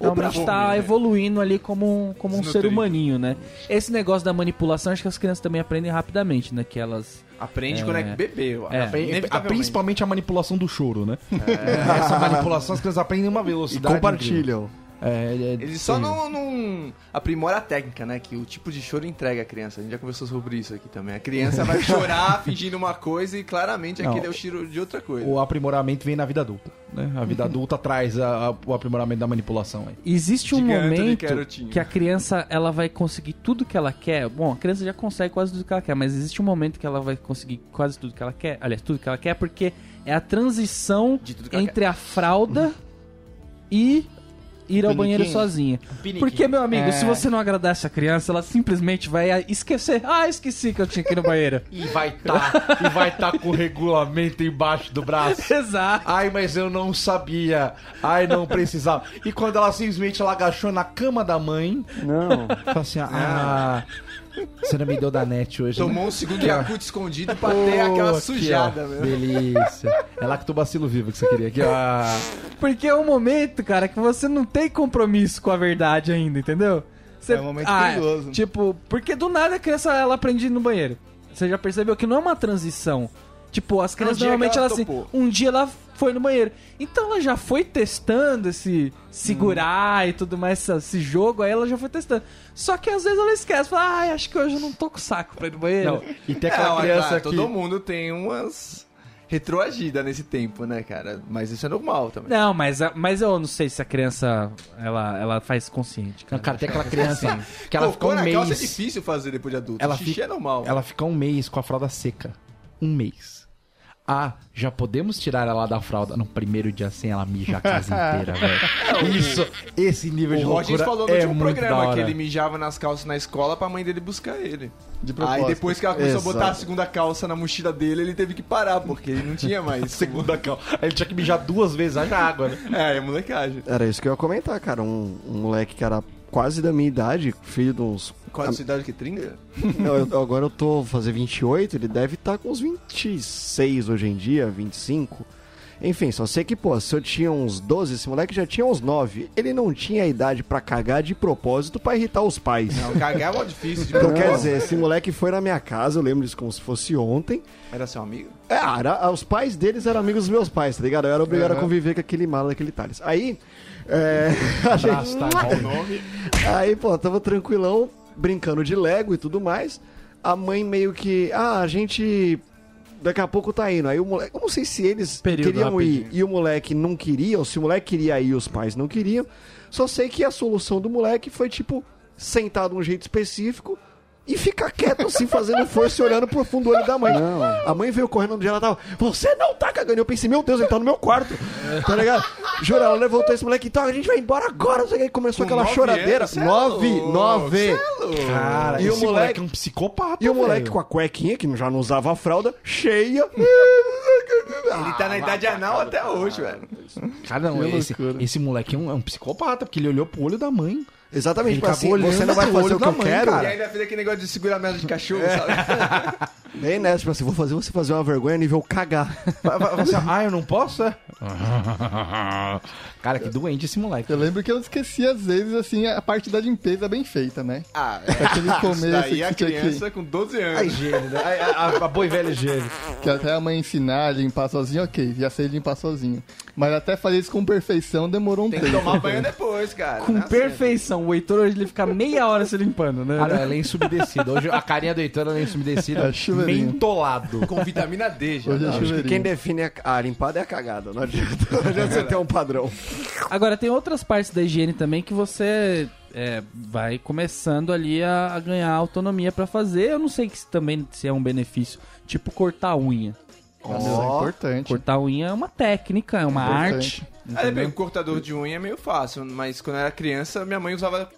realmente
bravo,
tá
né?
evoluindo ali como, um- como um ser
Desnutrido.
humaninho, né? Esse negócio da manipulação, acho que as crianças também aprendem rapidamente, né? Que elas...
Aprende quando é que bebeu.
É.
Bem, a- principalmente a manipulação do choro, né? Essa manipulação as crianças aprendem uma
E
velocidade.
compartilham.
incrível. É, é,
Ele só
sim.
não, não aprimora a técnica, né? Que o tipo de choro entrega a criança. A gente já conversou sobre isso aqui também. A criança vai chorar fingindo uma coisa e claramente
Não.
aquele é o choro de outra coisa.
O aprimoramento vem na vida adulta, né? A vida adulta traz a- a- o aprimoramento da manipulação aí.
Existe um
Gigante de
momento
carotinho.
que a criança ela vai conseguir tudo que ela quer. Bom, a criança já consegue quase tudo que ela quer, mas existe um momento que ela vai conseguir quase tudo que ela quer. Aliás, tudo que ela quer, porque é a transição
De tudo que ela
entre a fralda e ir ao
Piniquinho.
banheiro sozinha. Porque, meu amigo, se você não agradar essa criança, ela simplesmente vai esquecer. Ah, esqueci que eu tinha que ir no banheiro.
E vai tá, e vai tá com o regulamento embaixo do braço.
Exato.
Ai, mas eu não sabia. Ai, não precisava. E quando ela simplesmente ela agachou na cama da mãe,
Não.
falou assim: Ah, você não me deu da net hoje. né?
Tomou um segundo Yakut escondido pra ter aquela
Ô, aqui,
sujada,
ó,
meu.
Delícia. É lactobacilo vivo que você queria aqui, ó.
Porque é um momento, cara, que você não tem compromisso com a verdade ainda, entendeu? Você- Ah,
É um momento perigoso.
Tipo, porque do nada a criança ela aprende a ir no banheiro. Você já percebeu que não é uma transição. Tipo, as crianças
Um dia que
normalmente
ela
elas assim,
topou.
um dia ela foi no banheiro. Então ela já foi testando esse
Hum.
segurar e tudo mais, essa- esse jogo, aí ela já foi testando. Só que às vezes ela esquece, fala, ai, acho que hoje eu não tô com saco pra ir no banheiro.
Não, e tem
É,
aquela
olha,
criança
cara,
que...
Todo mundo tem umas retroagida nesse tempo, né, cara? Mas isso é normal também.
Né,
Não, mas, a- mas eu não sei se a criança ela, ela faz consciente, cara.
Não, cara, tem aquela criança que ela fica
Cocô
um
assim. na calça é
mês...
difícil fazer depois de adulto.
Ela
Xixi
fica-
é normal.
Ela fica um mês com a fralda seca. Um mês. Ah, já podemos tirar ela da fralda. No primeiro dia sem ela mija a casa inteira, velho. Isso, esse nível de
O Rogers
loucura
falou no
é
último
muito da
programa que
hora.
ele mijava nas calças na escola pra mãe dele buscar ele.
De
Aí
propósito.
depois que ela começou a botar a
Exato.
segunda calça na mochila dele, ele teve que parar, porque ele não tinha mais. segunda
Da cal- Aí Ele tinha que mijar duas vezes, haja água, né?
É, é molecagem.
Era isso que eu ia comentar, cara. Um, um moleque que era quase da minha idade, filho de uns.
Qual a sua idade que 30?
Não, eu- agora eu tô fazer 28, ele deve estar com uns 26 hoje em dia, 25. Enfim, só sei que, pô, se eu tinha uns 12, esse moleque já tinha uns 9. Ele não tinha a idade pra cagar de propósito pra irritar os pais.
Não, cagar é mó difícil. De
Então, quer dizer, esse moleque foi na minha casa, eu lembro disso como se fosse ontem.
Era seu amigo?
É, era, os pais deles eram amigos dos meus pais, tá ligado? Eu era obrigado a
Aham.
conviver com aquele mala daquele Thales. Aí, é, a gente-
Abraço, tá igual o nome.
Aí, pô, tava tranquilão, brincando de Lego e tudo mais. A mãe meio que. Ah, a gente. Daqui a pouco tá indo. Aí o moleque. Eu não sei se eles
Período
queriam ir
rapidinho.
e o moleque não queria, ou se o moleque queria ir e os pais não queriam. Só sei que a solução do moleque foi, tipo, sentar de um jeito específico e ficar quieto assim, fazendo força e olhando pro fundo do olho da mãe. A mãe veio correndo onde ela tava. Você não tá cagando. Eu pensei, meu Deus, ele tá no meu quarto. Tá ligado? Jura, ela levantou esse moleque. Então a gente vai embora agora. Não sei o que. Aí Começou
Com
aquela
nove
choradeira.
anos, cê é
Nove,
louco,
nove.
cê é louco.
Cara,
E o
esse moleque...
moleque
é um psicopata,
E o moleque
velho.
com a cuequinha, que já não usava a fralda, cheia.
Ele tá na idade anal até hoje, velho.
Cara, não,
Que
esse,
loucura.
esse moleque é um, é um psicopata, porque ele olhou pro olho da mãe.
Exatamente,
Ele
tipo assim,
acabou
você não vai
olhando pro
fazer
olho
o que eu
da mãe,
quero.
E
cara.
ainda fez aquele negócio de segurar a merda de cachorro, sabe?
Bem nessa, tipo assim, vou fazer você fazer uma vergonha nível cagar.
Vai- vai- vai assim, ah, eu não posso, é? Cara, que doente esse moleque.
Eu lembro que eu esqueci às vezes, assim, a parte da limpeza bem feita, né?
Ah,
Aquele começo
daí é
que
a
tinha que-
criança com 12 anos.
higiene, né? A, a, a boi velha higiene.
Que até a mãe ensinar a limpar sozinho, ok, já sei limpar sozinho. Mas até fazer isso com perfeição demorou um
Tem que
tempo.
tomar banho depois, cara.
Com
Não é assim.
perfeição. O Heitor hoje ele fica meia hora se limpando, né?
Ah, não, ela é insubdecida. Hoje a carinha do Heitor ela é insubdecida.
É, chuveirinho.
mentolado.
Com vitamina D já.
Hoje é
Acho que
chuveirinho.
quem define a, a limpada é a cagada, não adianta. Não adianta você ter um padrão.
Agora, tem outras partes da higiene também que você é, vai começando ali a, a ganhar autonomia pra fazer. Eu não sei que se também se é um benefício. Tipo cortar a unha.
Nossa, é
Ó.
importante.
Cortar a unha é uma técnica, é uma
Importante.
arte.
Aí, bem, o cortador de unha é meio fácil, mas quando eu era criança, minha mãe usava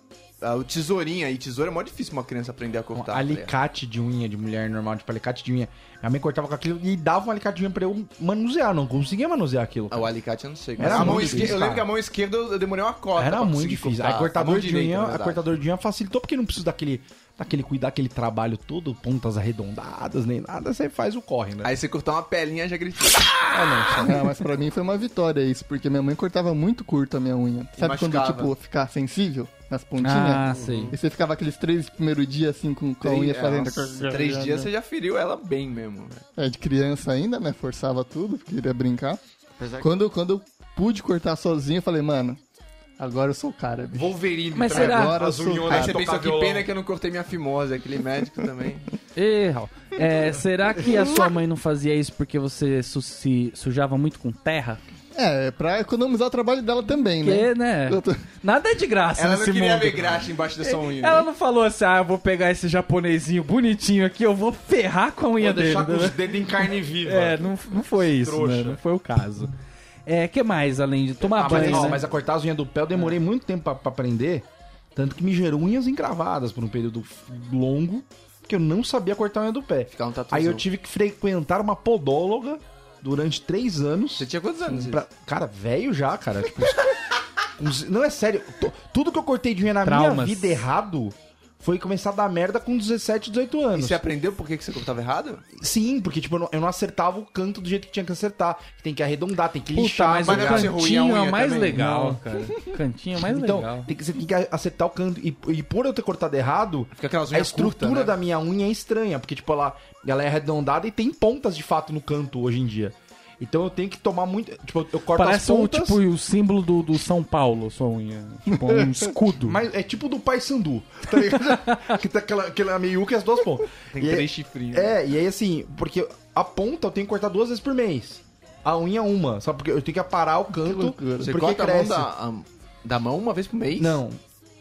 ah, o tesourinha. E tesoura é mó difícil uma criança aprender a cortar. tá ligado?
um alicate de unha de mulher normal, tipo alicate de unha. Minha mãe cortava com aquilo e dava um alicate de unha pra eu manusear. eu Não conseguia manusear aquilo.
Ah, o alicate eu não sei.
Era
a mão
muito
esquerda,
difícil,
eu lembro que
cara.
a mão esquerda eu eu demorei uma cota.
Era
pra
muito
conseguir
difícil.
cortar.
Aí cortador
mão
de
direita,
unha,
na
a
verdade.
cortador de unha facilitou porque não precisa daquele daquele cuidar aquele trabalho todo, pontas arredondadas, nem nada, você faz o corre, né?
Aí você cortar uma pelinha já gritou.
Ah, mas pra mim foi uma vitória isso, porque minha mãe cortava muito curto a minha unha. Sabe quando,
machucava.
tipo, ficar sensível nas pontinhas?
Ah, sei.
E você ficava aqueles três primeiros dias, assim, com, com a unha fazendo...
Três dias você já feriu ela bem mesmo. velho.
É, de criança ainda, né? Forçava tudo, queria brincar. Quando, quando eu pude cortar sozinho, eu falei, mano, agora eu sou o cara, bicho.
Wolverine.
Mas
pra-
será?
Agora eu sou o
Aí
cara.
você pensa, que pena que eu não cortei minha fimose, aquele médico também.
Ê, Raul. É, será que a sua mãe não fazia isso porque você su- se sujava muito com terra?
É, pra economizar o trabalho dela também, né?
Porque, né?
Eu tô-
Nada é de graça
Ela não
nesse
queria
mundo.
ver graxa embaixo da sua unha.
Ela não falou assim, ah, eu vou pegar esse japonesinho bonitinho aqui, eu vou ferrar com a unha dele. né?
dedos em carne viva.
É, não, não foi isso, né? Não foi o caso. É, que mais além de tomar
Ah, mas,
banho,
ó,
né?
mas a cortar as unhas do pé eu demorei muito tempo pra, pra aprender, tanto que me gerou unhas encravadas por um período f- longo, que eu não sabia cortar a unha do pé.
Ficar um tatuazão.
Aí eu tive que frequentar uma podóloga durante três anos.
Você tinha quantos anos?
Pra- Cara, velho já, cara. Tipo, uns- uns- não, é sério. Tô- Tudo que eu cortei de unha na
Traumas.
minha vida errado foi começar a dar merda com 17, 18
E
anos.
você aprendeu por que que você contava errado?
Sim, porque tipo, eu não, eu não acertava o canto do jeito que tinha que acertar. Que tem que arredondar, tem que
Puta,
lixar.
mas o
mas deve ser ruim a
cantinho é o
unha
mais
também.
legal,
Não.
cara. O cantinho é o mais
Então,
legal.
tem que, você tem que acertar o canto. E, e por eu ter cortado errado,
Fica aquelas
a
unhas
estrutura
curtas, né?
da minha unha é estranha. Porque, tipo, ela, ela é arredondada e tem pontas de fato no canto hoje em dia. Então eu tenho que tomar muito. Tipo, eu corto as
Parece um,
pontas.
tipo o símbolo do, do São Paulo, sua unha. Tipo, um escudo.
Mas é tipo do pai sandu, tá ligado? que tá aquela, aquela meiuca e as duas pontas.
Tem né?
E é-
três chifrinhos.
É, e aí assim, porque a ponta eu tenho que cortar duas vezes por mês. A unha uma, só porque eu tenho que aparar o canto,
loucura.
Você
porque
corta
cresce.
a mão da, a- da mão uma vez por mês?
Não,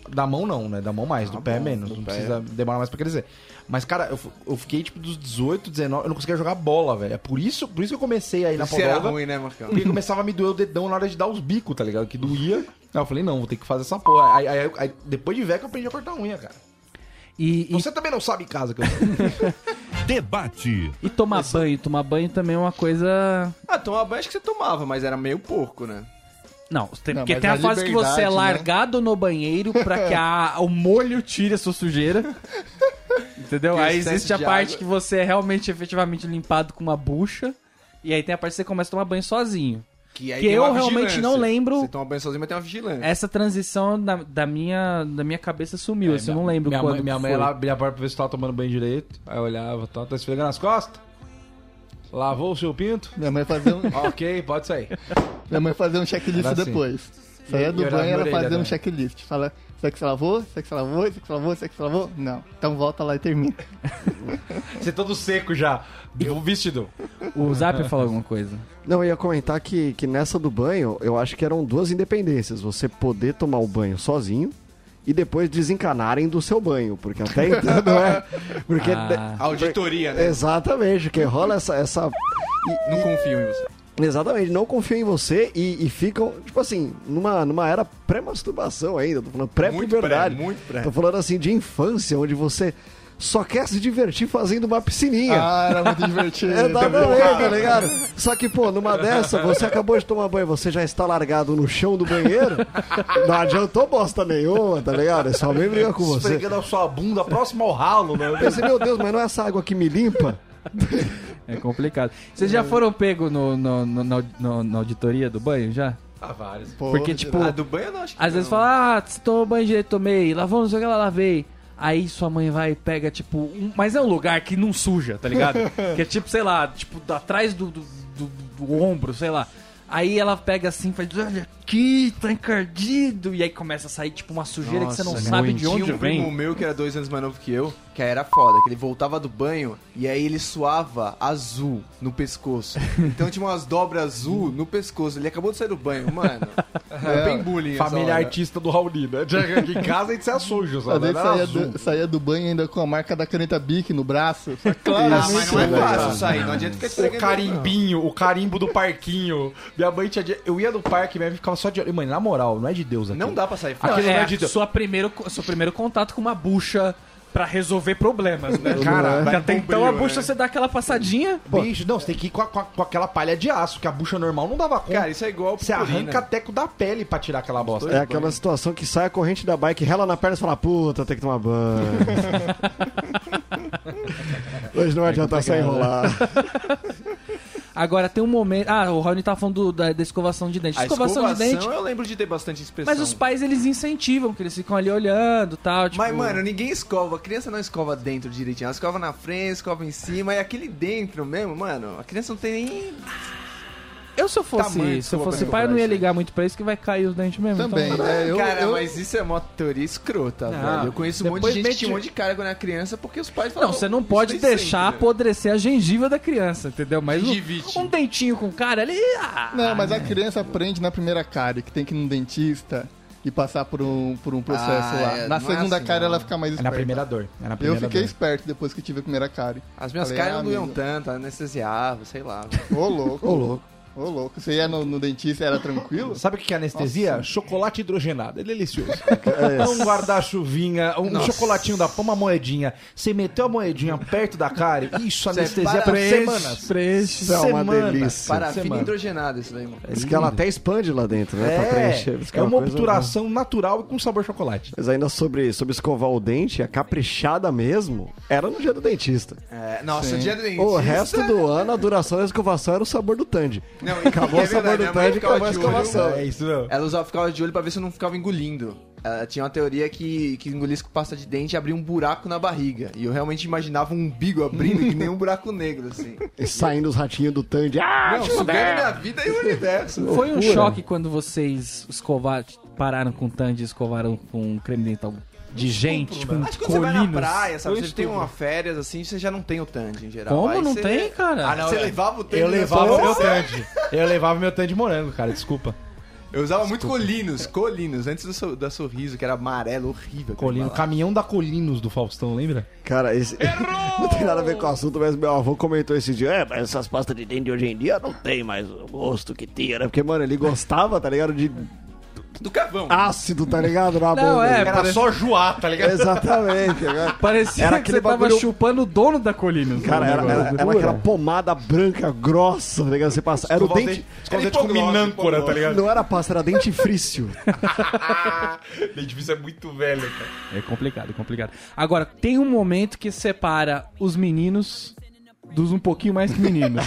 da mão não, né? Da mão mais, do pé menos, não precisa demorar mais pra crescer. Mas cara, eu, fu- eu fiquei tipo dos 18, 19, eu não conseguia jogar bola, velho. É por isso, por isso que eu comecei aí na
Isso era
podóloga.
ruim, né, Marcão?
Porque começava a me doer o dedão na hora de dar os bicos, tá ligado? Que doía. Aí eu falei, não, vou ter que fazer essa porra. Aí, aí- aí- depois de velho que eu aprendi a cortar a unha, cara.
E, e,
Você também não sabe em casa que eu.
Debate.
e tomar banho. Tomar banho também é uma coisa.
Ah, tomar banho acho que você tomava, mas era meio porco, né?
Não, tem-
Não,
porque
mas
tem a,
a
fase que você é
liberdade, né?
largado no banheiro pra que a- o molho tire a sua sujeira. Entendeu?
Que o
aí
excesso
existe a
de
parte
água-
que você é realmente efetivamente limpado com uma bucha. E aí tem a parte que você começa a tomar banho sozinho.
aí
Que
tem
eu
uma
realmente
vigilância.
não lembro.
Você toma banho sozinho, mas tem uma vigilância.
Essa transição da, da minha, da minha cabeça sumiu, assim, eu não lembro
É, minha
quando.
Mãe, minha
que
mãe
foi.
lá abria a porta pra ver se tava tomando banho direito. Aí eu olhava, tá, tá esfregando as costas. Lavou o seu pinto.
Minha mãe fazia um,
ok, pode sair.
minha mãe fazia um checklist
Era assim.
depois. Saía
E- e
do
olhava
banho,
na
ela
orelha
fazia um
também.
checklist. Fala, será que você lavou? Será que você lavou? Será que você lavou? Será que você lavou? Não. Então volta lá e termina.
Você tá todo seco já. O vestido.
O Zap falou alguma coisa.
Não, eu ia comentar que, que nessa do banho, eu acho que eram duas independências. Você poder tomar o banho sozinho e depois desencanarem do seu banho. Porque até então não é. Porque.
Ah.
Auditoria, né?
Exatamente, porque rola essa. essa... e-
Não confio em você.
Exatamente, não confiam em você e, e ficam, tipo assim, numa, numa era pré-masturbação ainda, tô falando pré-puberdade.
pré, muito pré.
Tô falando assim de infância, onde você só quer se divertir fazendo uma piscininha.
Ah, era muito divertido.
É da banheira, tá ligado? Só que, pô, numa dessa, você acabou de tomar banho, você já está largado no chão do banheiro, não adiantou bosta nenhuma, tá ligado? É só mesmo brigar com você.
Esfregando a sua bunda próximo ao ralo,
Eu
né?
Pensei, meu Deus, mas não é essa água que me limpa?
É complicado. Vocês já foram pego no, no, no- na- no- na auditoria do banho já?
Ah, vários.
Pô,
Porque, tipo,
Ah, do banho eu não acho que
Às vezes
não.
fala, ah, você tomou banho direito, tomei, lavou, não sei o que lá, lavei. Aí sua mãe vai e pega, tipo, um- mas é um lugar que não suja, tá ligado? que é tipo, sei lá, tipo, da- atrás do, do, do- do ombro, sei lá. Aí ela pega assim, faz, olha aqui, tá encardido. E aí começa a sair, tipo, uma sujeira que você não
Nossa,
sabe
muito.
de onde
Tinha um primo
vem.
meu que era dois anos mais novo que eu, que era foda, que ele voltava do banho e aí ele suava azul no pescoço. Então tinha umas dobras azul no pescoço. Ele acabou de sair do banho, mano. É, bem bullying essa
Família
hora.
artista do Rauli, né? Tinha- Aqui em casa a gente se sujo,
Às
sabe?
vezes
Era
saía
é azul.
do, saía do banho ainda com a marca da caneta Bic no braço.
Ah,
Claro,
mas não é
velho.
fácil sair, não adianta ficar
O
esfregando.
carimbinho, o carimbo do parquinho. Minha mãe tinha. dia- Eu ia no parque, minha mãe ficava só de olho. Mãe, na moral, não é de Deus aqui.
Não dá pra sair
Não,
fora.
Aquilo não é
é,
de Deus.
sua primeiro, seu primeiro contato com uma bucha pra resolver problemas, né?
Cara,
Porque até
vai
então a
bombril,
bucha
né?
você dá aquela passadinha.
Bicho, não, você tem que ir com, a- com a- com aquela palha de aço, que a bucha normal não dava conta.
Cara, isso é igual
Você
purpurina.
arranca teco da pele pra tirar aquela bosta.
É aquela situação que sai a corrente da bike, rela na perna e fala, puta, tem que tomar banho. Hoje
É
não adianta só enrolar.
Agora tem um momento. Ah, o Rony tá falando do- da, da escovação de dente.
A
Escovação, é de dente.
eu lembro de ter bastante expressão.
Mas os pais eles incentivam, que eles ficam ali olhando e tal. Tipo...
Mas, mano, ninguém escova. A criança não escova dentro direitinho. Ela escova na frente, escova em cima. E aquele dentro mesmo, mano, a criança não tem nem.
eu se eu fosse,
Tamanho,
se eu
desculpa,
fosse
perdão,
pai, eu não ia
gente.
ligar muito pra né? isso, que vai cair os dentes mesmo. então-
Também. é, eu,
cara,
eu-
mas isso é uma teoria escrota,
Não,
velho. Eu conheço um monte de
depois
gente que
mete-
tinha um monte de cara quando era criança porque os pais
Não,
falavam.
você não
"Isso
pode
tem
deixar
sempre, né?"
apodrecer a gengiva da criança, entendeu? Mas
Gengivite.
um, um dentinho com cara ali. Ah,
Não, mas a criança aprende na primeira cara que tem que ir no dentista e passar por um, por um processo
Ah,
lá.
é,
na
não é
segunda
assim,
cara
não.
ela fica mais
É na
esperta.
primeira dor. É na
Eu
primeira
fiquei
dor.
esperto depois que eu tive a primeira cara.
As minhas
Falei,
caras
ah,
não doiam
amigo.
tanto, anestesiava, sei lá.
Ô, louco.
Ô, louco.
Ô, louco. Você ia no, no dentista era tranquilo?
Sabe o que é anestesia? Chocolate hidrogenado. É delicioso. um guarda-chuvinha, um chocolatinho da pão, uma moedinha. Você meteu a moedinha perto da cara, isso, anestesia por
preenche.
semanas.
Preenche.
Isso é uma
Semanas.
delícia.
Parafina
Semana.
hidrogenada isso daí, mano.
Diz que ela até expande lá dentro, né? pra preencher. Diz que
É, é uma
coisa-
obturação natural e com sabor chocolate.
Mas ainda sobre, sobre escovar o dente, a caprichada mesmo, era no dia do dentista.
É, nossa, o dia do dentista...
O resto do ano, a duração da escovação era o sabor do Tandy.
Não,
Acabou
é
o sabor
verdade,
do
minha mãe
Tandy,
ficava
acabou a
de olho,
escovação.
né?
É isso mesmo.
Ela usava, ficava de olho pra ver se eu não ficava engolindo. Ela tinha uma teoria que, que engolisse com pasta de dente e abria um buraco na barriga. E eu realmente imaginava um umbigo abrindo que nem um buraco negro, assim.
E saindo os ratinhos do Tandy. Ah,
Não,
te
sugando
fuder!
minha vida e o universo.
Foi um
Loucura.
choque quando vocês escovar, pararam com Tandy e escovaram com creme dental de gente, tipo,
Acho que quando você vai na
colinas.
praia, sabe? Você tem uma férias assim, você já não tem o tandy em geral.
Como
Aí
não
você-
tem, cara?
Ah, não, você levava o tandy.
Eu
na
levava
sua-
meu tande. Eu levava meu tande de morango, cara, desculpa.
Eu usava muito colinos, colinos, antes do so- da sorriso, que era amarelo, horrível.
Colino,
aquele
caminhão da Colinos do Faustão, lembra?
Cara, esse... não tem nada a ver com o assunto, mas meu avô comentou esse dia. É, mas essas pastas de dente de hoje em dia não tem mais o gosto que tinha, né? Porque, mano, ele gostava, tá ligado? De
balão. Do cavão.
ácido, tá ligado? Na
Não,
boca.
é,
Era
pare-
só joar, tá ligado?
Exatamente. tá Agora...
parecia
era
que
aquele
você tava
bagulho-
chupando o dono da colina.
Cara, era, era- era aquela pomada branca, grossa, tá ligado? Você passa. Era o
Escovar o
dente.
Escola
Era
de com
hipoglose,
É tipo minâncora, tá ligado?
Não era pasta, era dentifrício.
Dentifrício é muito velho, cara.
É complicado, complicado. Agora, tem um momento que separa os meninos dos um pouquinho mais que meninos,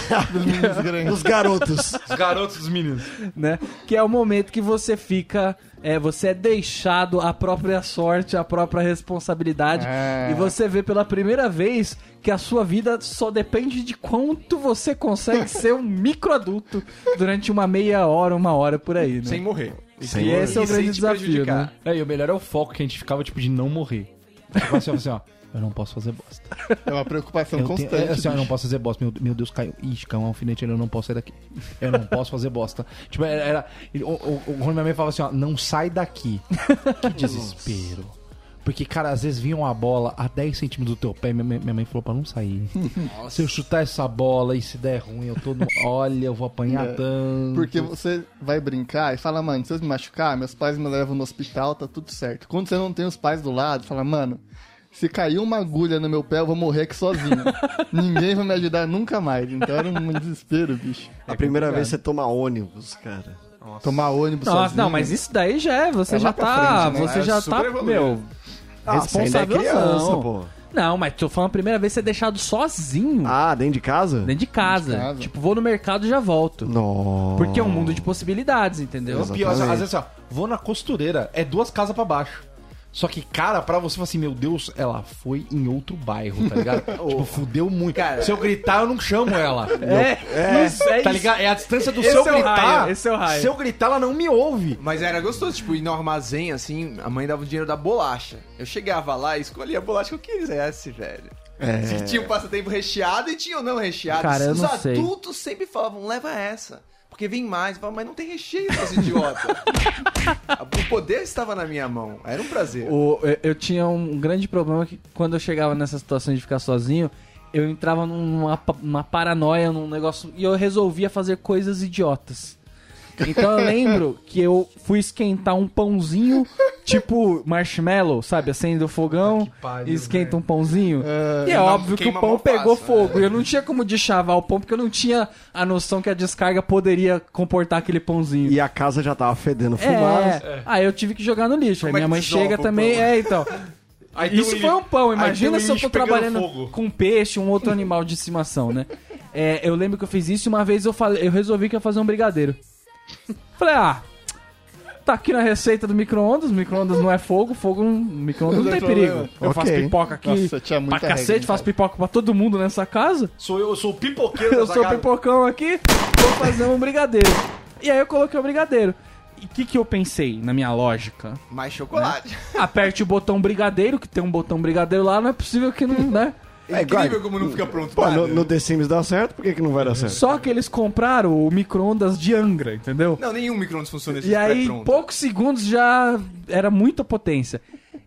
Os garotos.
Os garotos dos meninos.
né? Que é o momento que você fica... É, você é deixado à própria sorte, à própria responsabilidade. E você vê pela primeira vez que a sua vida só depende de quanto você consegue ser um microadulto durante uma meia hora, uma hora por aí, né?
Sem morrer. E
e esse é o
sem
grande
te
desafio,
prejudicar.
né?
É, e o melhor é o foco que a gente ficava, tipo, de não morrer. Tipo assim, ó, assim, ó. Eu não posso fazer bosta.
É uma preocupação
Eu, tenho,
constante.
é, assim, ó, eu não
bicho.
posso fazer bosta. Meu, meu Deus, caiu. Ixi, caiu um alfinete ali, eu não posso sair daqui. Eu não posso fazer bosta. Tipo, era. era o, o, o Rony minha mãe falava assim, ó, não sai daqui. Que desespero. Porque, cara, às vezes vinha uma bola a 10 centímetros do teu pé, minha, mãe- minha mãe falou pra não sair. Se eu chutar essa bola e se der ruim, eu tô no. Olha, eu vou apanhar
É.
tanto.
Porque você vai brincar e fala, mano, se eu me machucar, meus pais me levam no hospital, tá tudo certo. Quando você não tem os pais do lado, fala, mano, se cair uma agulha no meu pé, eu vou morrer aqui sozinho. Ninguém vai me ajudar nunca mais. Então era um desespero, bicho.
A primeira vez você toma ônibus, cara.
Tomar ônibus
Nossa,
sozinho.
não, mas isso daí já é, você
É
já
lá pra
tá,
frente, né?
você
É
já
super
tá,
evoluído.
meu, Ah, responsável
você ainda é criança,
não.
pô.
Não, mas tô falando a primeira vez você é deixado sozinho
Ah, dentro de casa?
dentro de casa.
casa.
Tipo, vou no mercado e já volto.
Nossa.
Porque é um mundo de possibilidades, entendeu?
Exato.
É Pior, às
Exatamente.
vezes, assim, ó, vou na costureira, é duas casas pra baixo. Só que, cara, pra você falar assim, meu Deus, ela foi em outro bairro, tá ligado? tipo, fudeu muito.
Cara-
Se eu gritar, eu não chamo ela.
É, é, é isso.
Tá ligado? É a distância do
Esse
seu
é o
gritar.
raio, esse é o raio.
Se eu gritar, ela não me ouve.
Mas era gostoso, tipo, ir no armazém, assim, a mãe dava o dinheiro da bolacha. Eu chegava lá e escolhia a bolacha que eu quisesse, velho. Se tinha o passatempo recheado e tinha ou não recheado.
Cara, eu
Os
não sei.
adultos sempre falavam, leva essa. Porque vem mais. Eu falava, mas não tem recheio, seus idiota. o poder estava na minha mão. Era um prazer.
O- eu, eu tinha um grande problema que quando eu chegava nessa situação de ficar sozinho, eu entrava numa pa- numa paranoia, num negócio. E eu resolvia fazer coisas idiotas. Então eu lembro que eu fui esquentar um pãozinho, tipo marshmallow, sabe? Acende o fogão e esquenta um pãozinho. e é
Não,
óbvio que o
né? queima
pão
mó fácil,
pegou
né?
fogo. E eu não tinha como deschavar o pão, porque eu não tinha a noção que a descarga poderia comportar aquele pãozinho.
E a casa já tava fedendo fumaça.
É. Aí eu tive que jogar no lixo. Aí
Como é
minha
que
mãe
desova
chega
o
também.
pão?
É, então. Isso foi um pão. Imagina
tem um
se eu tô
lixo pegando
trabalhando
fogo.
com peixe, um outro animal de estimação, né? É, eu lembro que eu fiz isso e uma vez eu, falei, eu resolvi que ia fazer um brigadeiro. Falei, ah. Tá aqui na receita do micro-ondas, micro-ondas não é fogo, fogo não. Micro-ondas não tem perigo. Eu faço
Ok.
pipoca aqui.
Nossa, tinha muita
pra
regra
cacete,
em
faço
casa.
pipoca pra todo mundo nessa casa.
Sou eu, eu sou o pipoqueiro
Eu
dessa
sou
casa.
pipocão aqui, vou fazer um brigadeiro. E aí eu coloquei o brigadeiro. E o que, que eu pensei na minha lógica?
Mais chocolate.
Aperte o botão brigadeiro, que tem um botão brigadeiro lá, não é possível que não, né?
É
igual-
incrível como não fica pronto
Pô,
nada.
no, no The Sims dá certo, por que, que não vai dar certo?
Só que eles compraram o micro-ondas de Angra, entendeu?
assim, é Não, nenhum micro-ondas funciona esse
E aí, em
pré-pronto.
poucos segundos já era muita potência.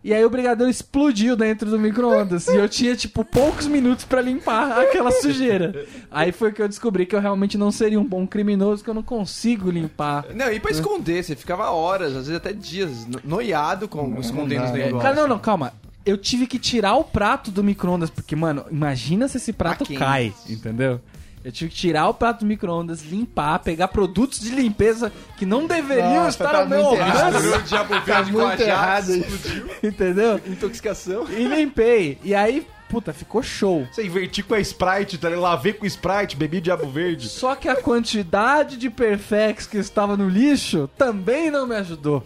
E aí o brigadeiro explodiu dentro do micro-ondas. e eu tinha, tipo, poucos minutos pra limpar aquela sujeira. Aí foi que eu descobri que eu realmente não seria um bom criminoso, que eu não consigo limpar.
Não, e pra esconder, você ficava horas, às vezes até dias, no- noiado com escondendo os
dá.
negócios.
Cara, não, não, calma. Eu tive que tirar o prato do micro-ondas, porque, mano, imagina se esse prato
Tá quente.
cai, entendeu? Eu tive que tirar o prato do micro-ondas, limpar, pegar produtos de limpeza que não deveriam
Nossa,
estar
tá
no meu
muito errado.
alcance,
Misturou diabo
Tá
verde com
muito
ajax,
errado isso.
entendeu?
Intoxicação.
E limpei. E aí, puta, ficou show.
Você invertir com a Sprite, tá? ligado? Lavei com Sprite, bebi Diabo Verde.
Só que a quantidade de perfex que estava no lixo também não me ajudou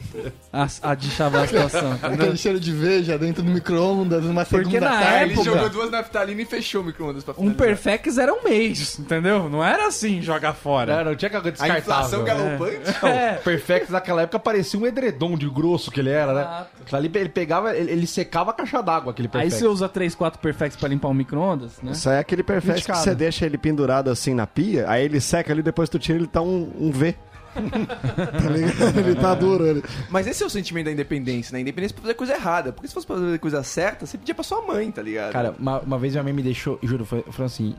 a, a deschavar a situação, entendeu?
Aquele cheiro de veja dentro do micro-ondas, numa
Porque
segunda
na
tarde.
Ele
Época.
jogou duas naftalinas e fechou o micro-ondas pra
Um
finalizar.
perfex era um mês, entendeu? Não era assim jogar fora.
Não, não tinha que
A inflação galopante.
É.
Perfect naquela época parecia um edredom de grosso que ele era, né?
Exato.
Aquilo Ali ele pegava, ele, ele secava a caixa d'água, aquele
Aí
Perfect.
você usa 3, 4 perfects pra limpar o micro-ondas, né?
Isso aí é aquele perfeito que
Indicado.
você deixa ele pendurado assim na pia, aí ele seca ali, depois tu tira ele tá um, um V. tá ligado? Ele tá duro. Ele.
Mas esse é o sentimento da independência, né? Independência pra fazer coisa errada. Porque se fosse pra fazer coisa certa, você pedia pra sua mãe, tá ligado?
Cara, uma, uma vez minha mãe me deixou, juro, foi- foram assim,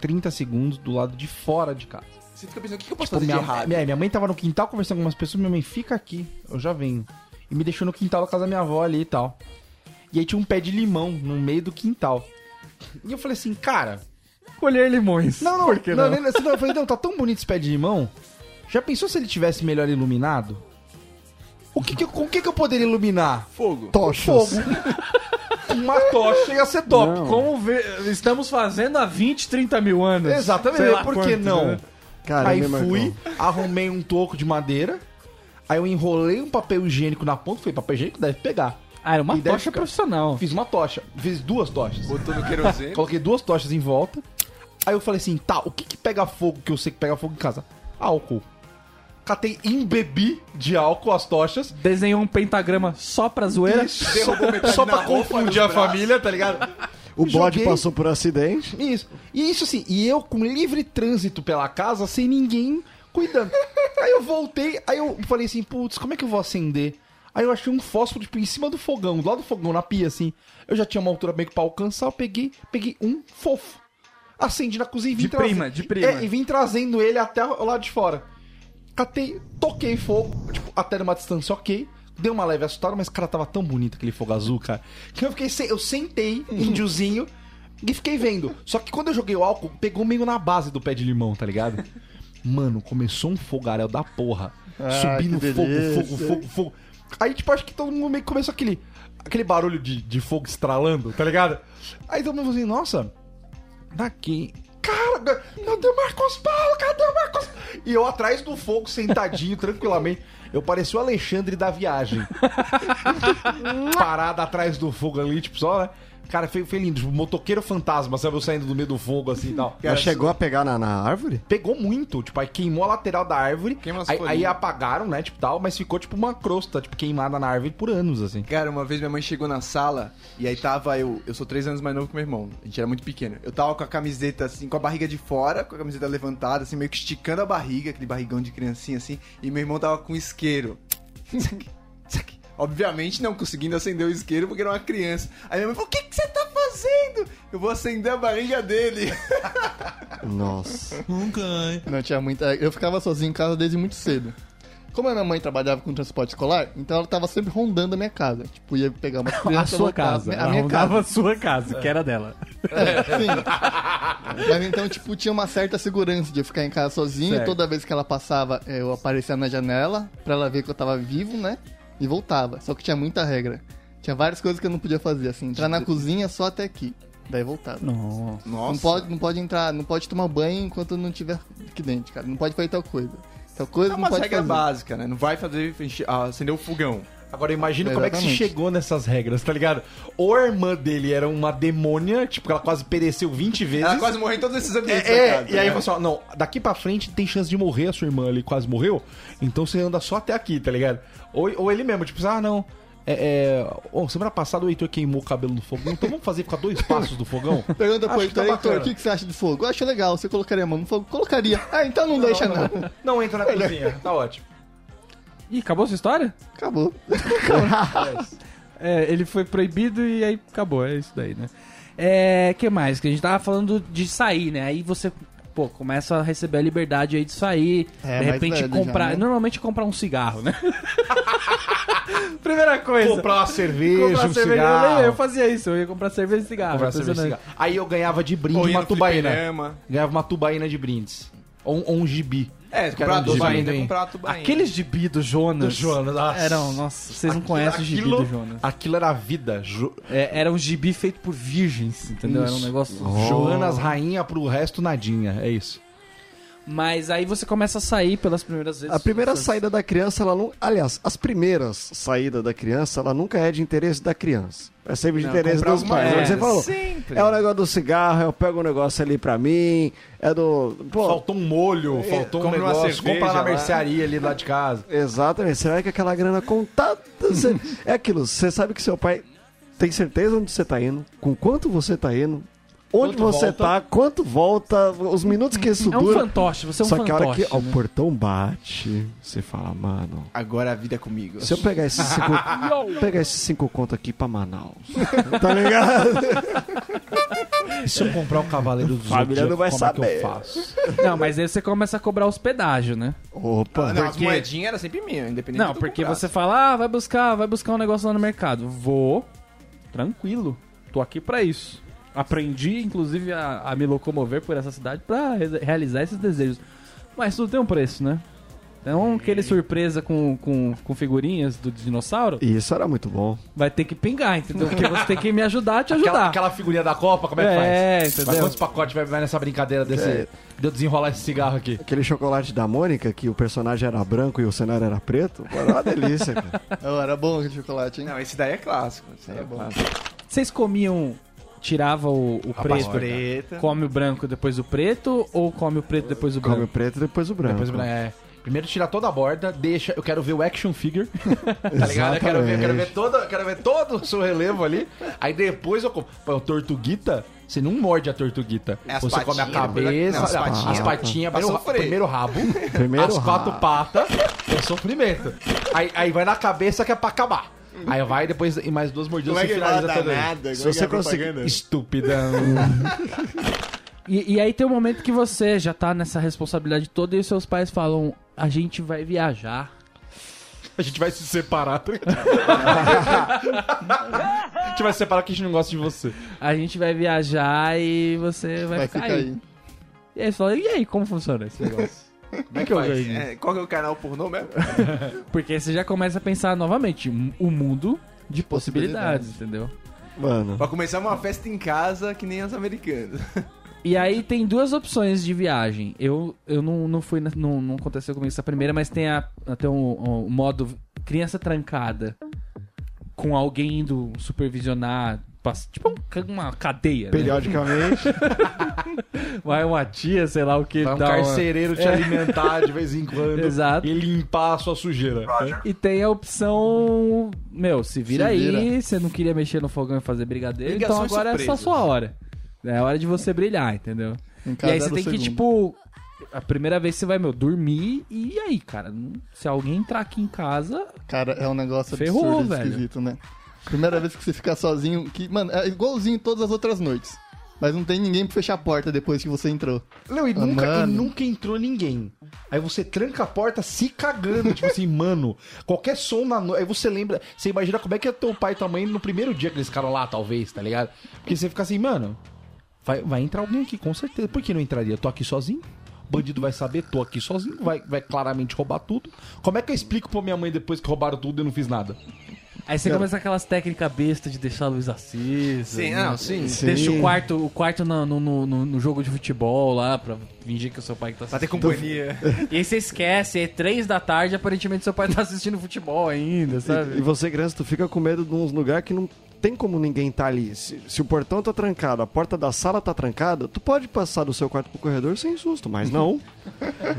30 segundos do lado de fora de casa.
você fica pensando, o que, que eu posso
Tipo,
fazer de
minha,
errado?
minha, minha mãe tava no quintal conversando com umas pessoas, minha mãe, fica aqui, eu já venho. E me deixou no quintal da casa da minha avó ali e tal. E aí tinha um pé de limão no meio do quintal. E eu falei assim, cara,
Colher limões.
Não, não,
que
não,
não?
nem- não, eu falei, não, tá tão bonito esse pé de limão. Já pensou se ele tivesse melhor iluminado? O que que, eu- com o que, que eu poderia iluminar?
Fogo.
Tochas.
Uma tocha ia ser top.
Não.
Como ve- estamos fazendo há 20, 30 mil anos. Sei
Exatamente,
lá
por que
quanto,
não?
né?
Cara,
aí
né, Marcão?
fui, arrumei um toco de madeira, aí eu enrolei um papel higiênico na ponta, falei, papel higiênico deve pegar.
Ah, era uma
E deve
tocha
ficar.
profissional.
Fiz uma tocha, fiz duas tochas.
Botou no querosene.
Coloquei duas tochas em volta. Aí eu falei assim, tá, o que que pega fogo que eu sei que pega fogo em casa? Álcool. Catei, embebi de álcool as tochas.
Desenhou um pentagrama só pra zoeira.
Isso.
Derrubou metade
Só
da
pra
roupa
confundir
no
a
braço.
família, tá ligado?
O bode
Joguei-
passou por acidente.
Isso. E isso assim, e eu com livre trânsito pela casa, sem ninguém cuidando. aí eu voltei, aí eu falei assim, putz, como é que eu vou acender? Aí eu achei um fósforo, tipo, em cima do fogão, do lado do fogão, na pia, assim. Eu já tinha uma altura meio que pra alcançar, eu peguei, peguei um fofo. Acendi na cozinha e vim
De
trazer-
prima, de prima.
É, e vim trazendo ele até o lado de fora. Catei, toquei fogo, tipo, até numa distância ok. Deu uma leve assustada, mas cara, tava tão bonito aquele fogo azul, cara. Que eu fiquei, se- eu sentei,
Uhum.
índiozinho, e fiquei vendo. Só que quando eu joguei o álcool, pegou meio na base do pé de limão, tá ligado? Mano, começou um fogaréu da porra. subindo
Ah, que
fogo,
delícia.
fogo, fogo, fogo. Aí, tipo, acho que todo mundo meio que começou aquele, aquele barulho de, de fogo estralando, tá ligado? Aí todo mundo falou assim, nossa, daqui. Cara, cadê o Marcos Paulo? Cadê o Marcos? E eu atrás do fogo, sentadinho, tranquilamente. Eu parecia o Alexandre da viagem. Parado atrás do fogo ali, tipo, só, né? Cara, foi, foi lindo. Tipo, motoqueiro fantasma, sabe? Eu saindo do meio do fogo, assim e tal.
Já chegou a pegar na, na árvore?
Pegou muito, tipo, aí queimou a lateral da árvore.
Queima as
Aí,
folhinhas.
aí apagaram, né? Tipo, tal, mas ficou tipo uma crosta, tipo, queimada na árvore por anos, assim.
Cara, uma vez minha mãe chegou na sala e aí tava eu. Eu sou três anos mais novo que meu irmão. A gente era muito pequeno. Eu tava com a camiseta assim, com a barriga de fora, com a camiseta levantada, assim, meio que esticando a barriga, aquele barrigão de criancinha assim. E meu irmão tava com um isqueiro. Tsac, tsac. Obviamente não conseguindo acender o isqueiro porque era uma criança. Aí minha mãe falou: O que, que você tá fazendo? Eu vou acender a barriga dele.
Nossa.
Não tinha muita. Eu ficava sozinho em casa desde muito cedo. Como a minha mãe trabalhava com transporte escolar, então ela tava sempre rondando a minha casa. Tipo, ia pegar uma criança.
A sua
voltava-
casa.
A minha
Arrumava
casa.
a sua casa, que era dela.
Sim. Mas então, tipo, tinha uma certa segurança de eu ficar em casa sozinho.
Certo.
Toda vez que ela passava, eh, eu aparecia na janela pra ela ver que eu tava vivo, né? E voltava. Só que tinha muita regra. Tinha várias coisas que eu não podia fazer, assim. Entrar na cozinha só até aqui. Daí voltava.
Não.
Não pode, não pode entrar, não pode tomar banho enquanto não tiver aqui dentro, cara. Não pode fazer tal coisa. Tal coisa
É
não,
uma
pode
regra
fazer.
básica, né? Não vai fazer enche- ah, acender o fogão.
Agora imagina como é que se
Exatamente.
chegou nessas regras, tá ligado? Ou a irmã dele era uma demônia, tipo, ela quase pereceu 20 vezes.
Ela quase morreu em todos esses ambientes.
É,
né,
é,
cara?
e aí você fala, não, daqui pra frente tem chance de morrer a sua irmã ali, quase morreu, então você anda só até aqui, tá ligado? Ou, ou ele mesmo, tipo, ah, não, é, é, ó, semana passada o Heitor queimou o cabelo no fogão, então vamos fazer ficar dois passos do fogão?
Pergunta pro
Acho que tá
Heitor, Heitor,
bacana.
o que, que você acha de fogo? Eu acho legal, você colocaria a mão no fogo? Colocaria. Ah, então não, deixa não.
Não entra na cozinha, tá ótimo.
Ih, acabou a sua história?
Acabou.
É, ele foi proibido e aí acabou, é isso daí, né? É, que mais? Que a gente tava falando de sair, né? Aí você, pô, começa a receber a liberdade aí de sair,
É,
de
mais
repente
velho já,
comprar,
né?
normalmente comprar um cigarro, né? Primeira coisa.
Comprar uma cerveja,
comprar
um
cerveja, eu
cigarro.
lembro, eu fazia isso, eu ia comprar cerveja e cigarro.
Comprar cerveja,
impressionante.
cigarro. Ah, Aí eu ganhava de brinde
Ou ia
uma
no
tubaína.
fliperama.
Ganhava uma tubaína de brindes. Ou, um- ou um gibi.
É,
Que era
comprar a
um gibi.
tubaína, comprar a tubaína.
Aqueles gibi do Jonas.
Do Jonas, nossa.
Eram, nossa, vocês não conhecem o gibi do Jonas.
Aquilo era a vida. Jo-
É, era um gibi feito por virgens, entendeu? Era um
Isso.
negócio.
Joanas rainha pro resto nadinha. É isso.
Mas aí você começa a sair pelas primeiras vezes.
A primeira
Essas-
saída da criança, ela não. Aliás, as primeiras saídas da criança, ela nunca é de interesse da criança. É sempre de
Não,
interesse
comprar
dos
alguma
pais. É o que
coisa,
você falou.
sempre.
É o negócio do cigarro, eu pego um negócio ali pra mim. É do. Pô,
Faltou um molho, faltou um
compra uma
negócio.
cerveja
Comprar na
lá.
mercearia ali lá de casa.
Exatamente. Será que aquela grana contada. Você- é aquilo, você sabe que seu pai tem certeza onde você tá indo, com quanto você tá indo, onde
Quanto
você
volta.
tá, quanto volta, os minutos que isso
É um
dura.
fantoche, você é um
Só que a hora
fantoche.
que ó,
né?
o portão bate, você fala, mano.
Agora a vida é comigo.
Se eu pegar esses cinco, pegar esses cinco conto aqui pra Manaus, tá
Ah,
ligado?
E se eu comprar um cavaleiro dos
Família não vai
como é que
saber.
eu faço?
Não, mas aí você começa a cobrar os pedágios, né?
Opa,
Ah, Não, as
porque-
moedinhas eram sempre minhas, independente
Não,
do
porque
contrato.
você fala, ah, vai buscar, vai buscar um negócio lá no mercado. Vou, tranquilo, tô aqui pra isso. Aprendi, inclusive, a, a me locomover por essa cidade pra re- realizar esses desejos. Mas tudo tem um preço, né? Então, aquele surpresa com, com, com figurinhas do dinossauro
Isso era muito bom.
vai ter que pingar, entendeu? Porque você tem que me ajudar a te
Aquela,
ajudar.
aquela figurinha da Copa, como é que
É,
faz?
entendeu?
Mas quantos pacotes vai vai nessa brincadeira desse.
É.
De eu desenrolar esse cigarro aqui?
Aquele chocolate da Mônica, que o personagem era branco e o cenário era preto, era uma delícia, cara.
Oh, era bom aquele chocolate, hein?
Não, esse daí é clássico. Esse daí é, bom.
Vocês comiam, tirava o, o
é
preto,
preta.
come o branco depois do preto ou come o preto depois do
Come o
branco?
preto depois o branco.
Depois, é, primeiro tira toda a borda, deixa. Eu quero ver o action figure. tá ligado? Eu quero ver, eu quero ver todo, eu quero ver todo o seu relevo ali. Aí depois eu como. Pô, é Tortuguita, você não morde a tortuguita.
É as
você come a
patinhas,
cabeça,
não, as patinhas.
as patinhas,
Vai
primeiro, ra-
sofrer.
primeiro rabo,
Primeiro
as quatro
rabo.
patas, é sofrimento. Aí, aí vai na cabeça que é pra acabar. Aí vai, depois e mais duas mordidas,
é
você finaliza tudo.
Se você conseguir.
Estúpida.
E, e aí tem um momento que você já tá nessa responsabilidade toda e os seus pais falam: a gente vai viajar.
A gente vai se separar. tá ligado? a gente vai se separar porque a gente não gosta de você.
A gente vai viajar e você vai,
Vai
ficar
ficar
aí.
aí.
E aí você fala, e aí, como funciona esse negócio? como é que eu
Faz.
ganho?
É, qual que é o canal pornô mesmo?
Porque você já começa a pensar novamente, m- o mundo de possibilidades,
Possibilidades.
entendeu?
Mano.
pra começar é uma festa em casa que nem as americanas.
E aí tem duas opções de viagem. Eu, eu não, não fui, na- não, não aconteceu comigo essa primeira, mas tem a, até um, um modo criança trancada com alguém indo supervisionar, pass- tipo um ca- uma cadeia, né?
Periodicamente.
Vai uma tia, sei lá o que,
Vai um
dá uma- É.
carcereiro te alimentar de vez em quando
Exato.
e limpar a sua sujeira.
E tem a opção, meu, se vira
Se
aí,
vira.
você não queria mexer no fogão e fazer brigadeiro, então
Ligações
agora é só
surpresas.
sua hora. É a hora de você brilhar, entendeu?
Em
E
casa
aí você
era o
tem que,
segundo.
tipo, a primeira vez você vai, meu, dormir e aí, cara, não- se alguém entrar aqui em casa,
Cara, é um negócio
Ferrou,
absurdo,
velho.
esquisito, né? Primeira vez que você fica sozinho, que, mano, é igualzinho todas as outras noites. Mas não tem ninguém pra fechar a porta depois que você entrou.
Não, e
Ah,
nunca, e
mano.
nunca entrou ninguém. Aí você tranca a porta se cagando, tipo assim, mano, qualquer som na noite. Aí você lembra, você imagina como é que é teu pai e tua mãe no primeiro dia que eles ficaram lá, talvez, tá ligado? Porque você fica assim, mano, vai, vai entrar alguém aqui, com certeza. Por que não entraria? Tô aqui sozinho. Bandido vai saber, tô aqui sozinho, vai, vai claramente roubar tudo. Como é que eu explico pra minha mãe depois que roubaram tudo e eu não fiz nada?
aí você começa aquelas técnicas bestas de deixar a luz acesa.
Sim,
né?
não, sim.
Deixa o quarto, o quarto na- no, no, no, no jogo de futebol lá, pra fingir que o seu pai que tá
Pra ter
assistindo.
companhia.
E aí você esquece, é três da tarde, aparentemente seu pai tá assistindo futebol ainda,
E,
sabe?
e você, criança, tu fica com medo de uns lugares que não tem como ninguém tá ali. Se, se o portão tá trancado, a porta da sala tá trancada, tu pode passar do seu quarto pro corredor sem susto, mas não.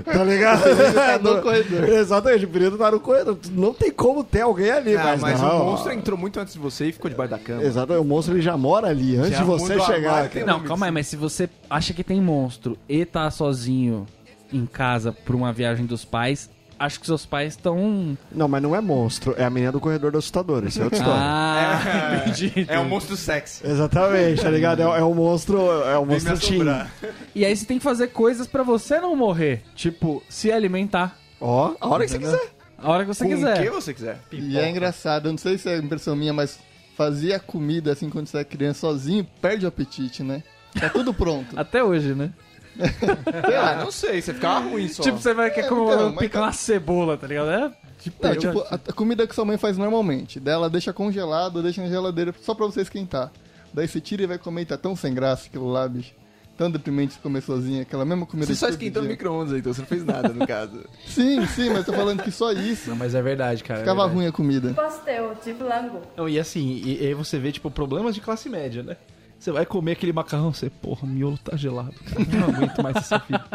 tá ligado?
tá no corredor.
Exatamente, o período tá no corredor. Tu- Não tem como ter alguém ali,
Não,
mas,
Ah, mas
não.
o monstro é entrou muito antes de você e ficou debaixo da cama.
Exatamente, o monstro ele já mora ali antes
Já
de você
muda o
chegar.
armário, tem-
cara.
Não, calma aí, mas se você acha que tem monstro e tá sozinho em casa pra uma viagem dos pais, acho que seus pais estão.
Não, mas não é monstro, é a menina do corredor do assustador, isso é outra história.
Ah, entendi.
É um monstro sexy.
Exatamente, tá ligado? É, é o monstro, é o
Vem me
monstro teen.
assombrar.
E aí você tem que fazer coisas pra você não morrer. Tipo, se alimentar.
Ó,
A hora que você quiser.
A hora que você
Com o que
quiser.
você quiser.
E é engraçado, eu não sei se é impressão minha, mas fazia comida assim quando você é criança sozinho, perde o apetite, né? Tá tudo pronto.
Até hoje, né?
Ah, não sei, você ficava ruim só. É,
Tipo, você vai querer comer
então, mas
picar
tá-
uma cebola, tá ligado? É, tipo,
Não,
eu-
tipo, a a comida que sua mãe faz normalmente, dela deixa congelado, deixa na geladeira só pra você esquentar. Daí você tira e vai comer e tá tão sem graça aquilo lá, bicho. Tão deprimente comer sozinho, aquela mesma comida
você
de
só
todo
esquentou o
dia.
micro-ondas, então você não fez nada, no caso.
Sim, sim, mas tô falando que só isso.
Não, mas é verdade, cara. é
Ficava
verdade.
ruim a comida.
Pastel de blango.
Não, e assim, e, e aí você vê, tipo, problemas de classe média, né? Você vai comer aquele macarrão, você, porra, o miolo tá gelado, cara. Eu não aguento mais essa fita.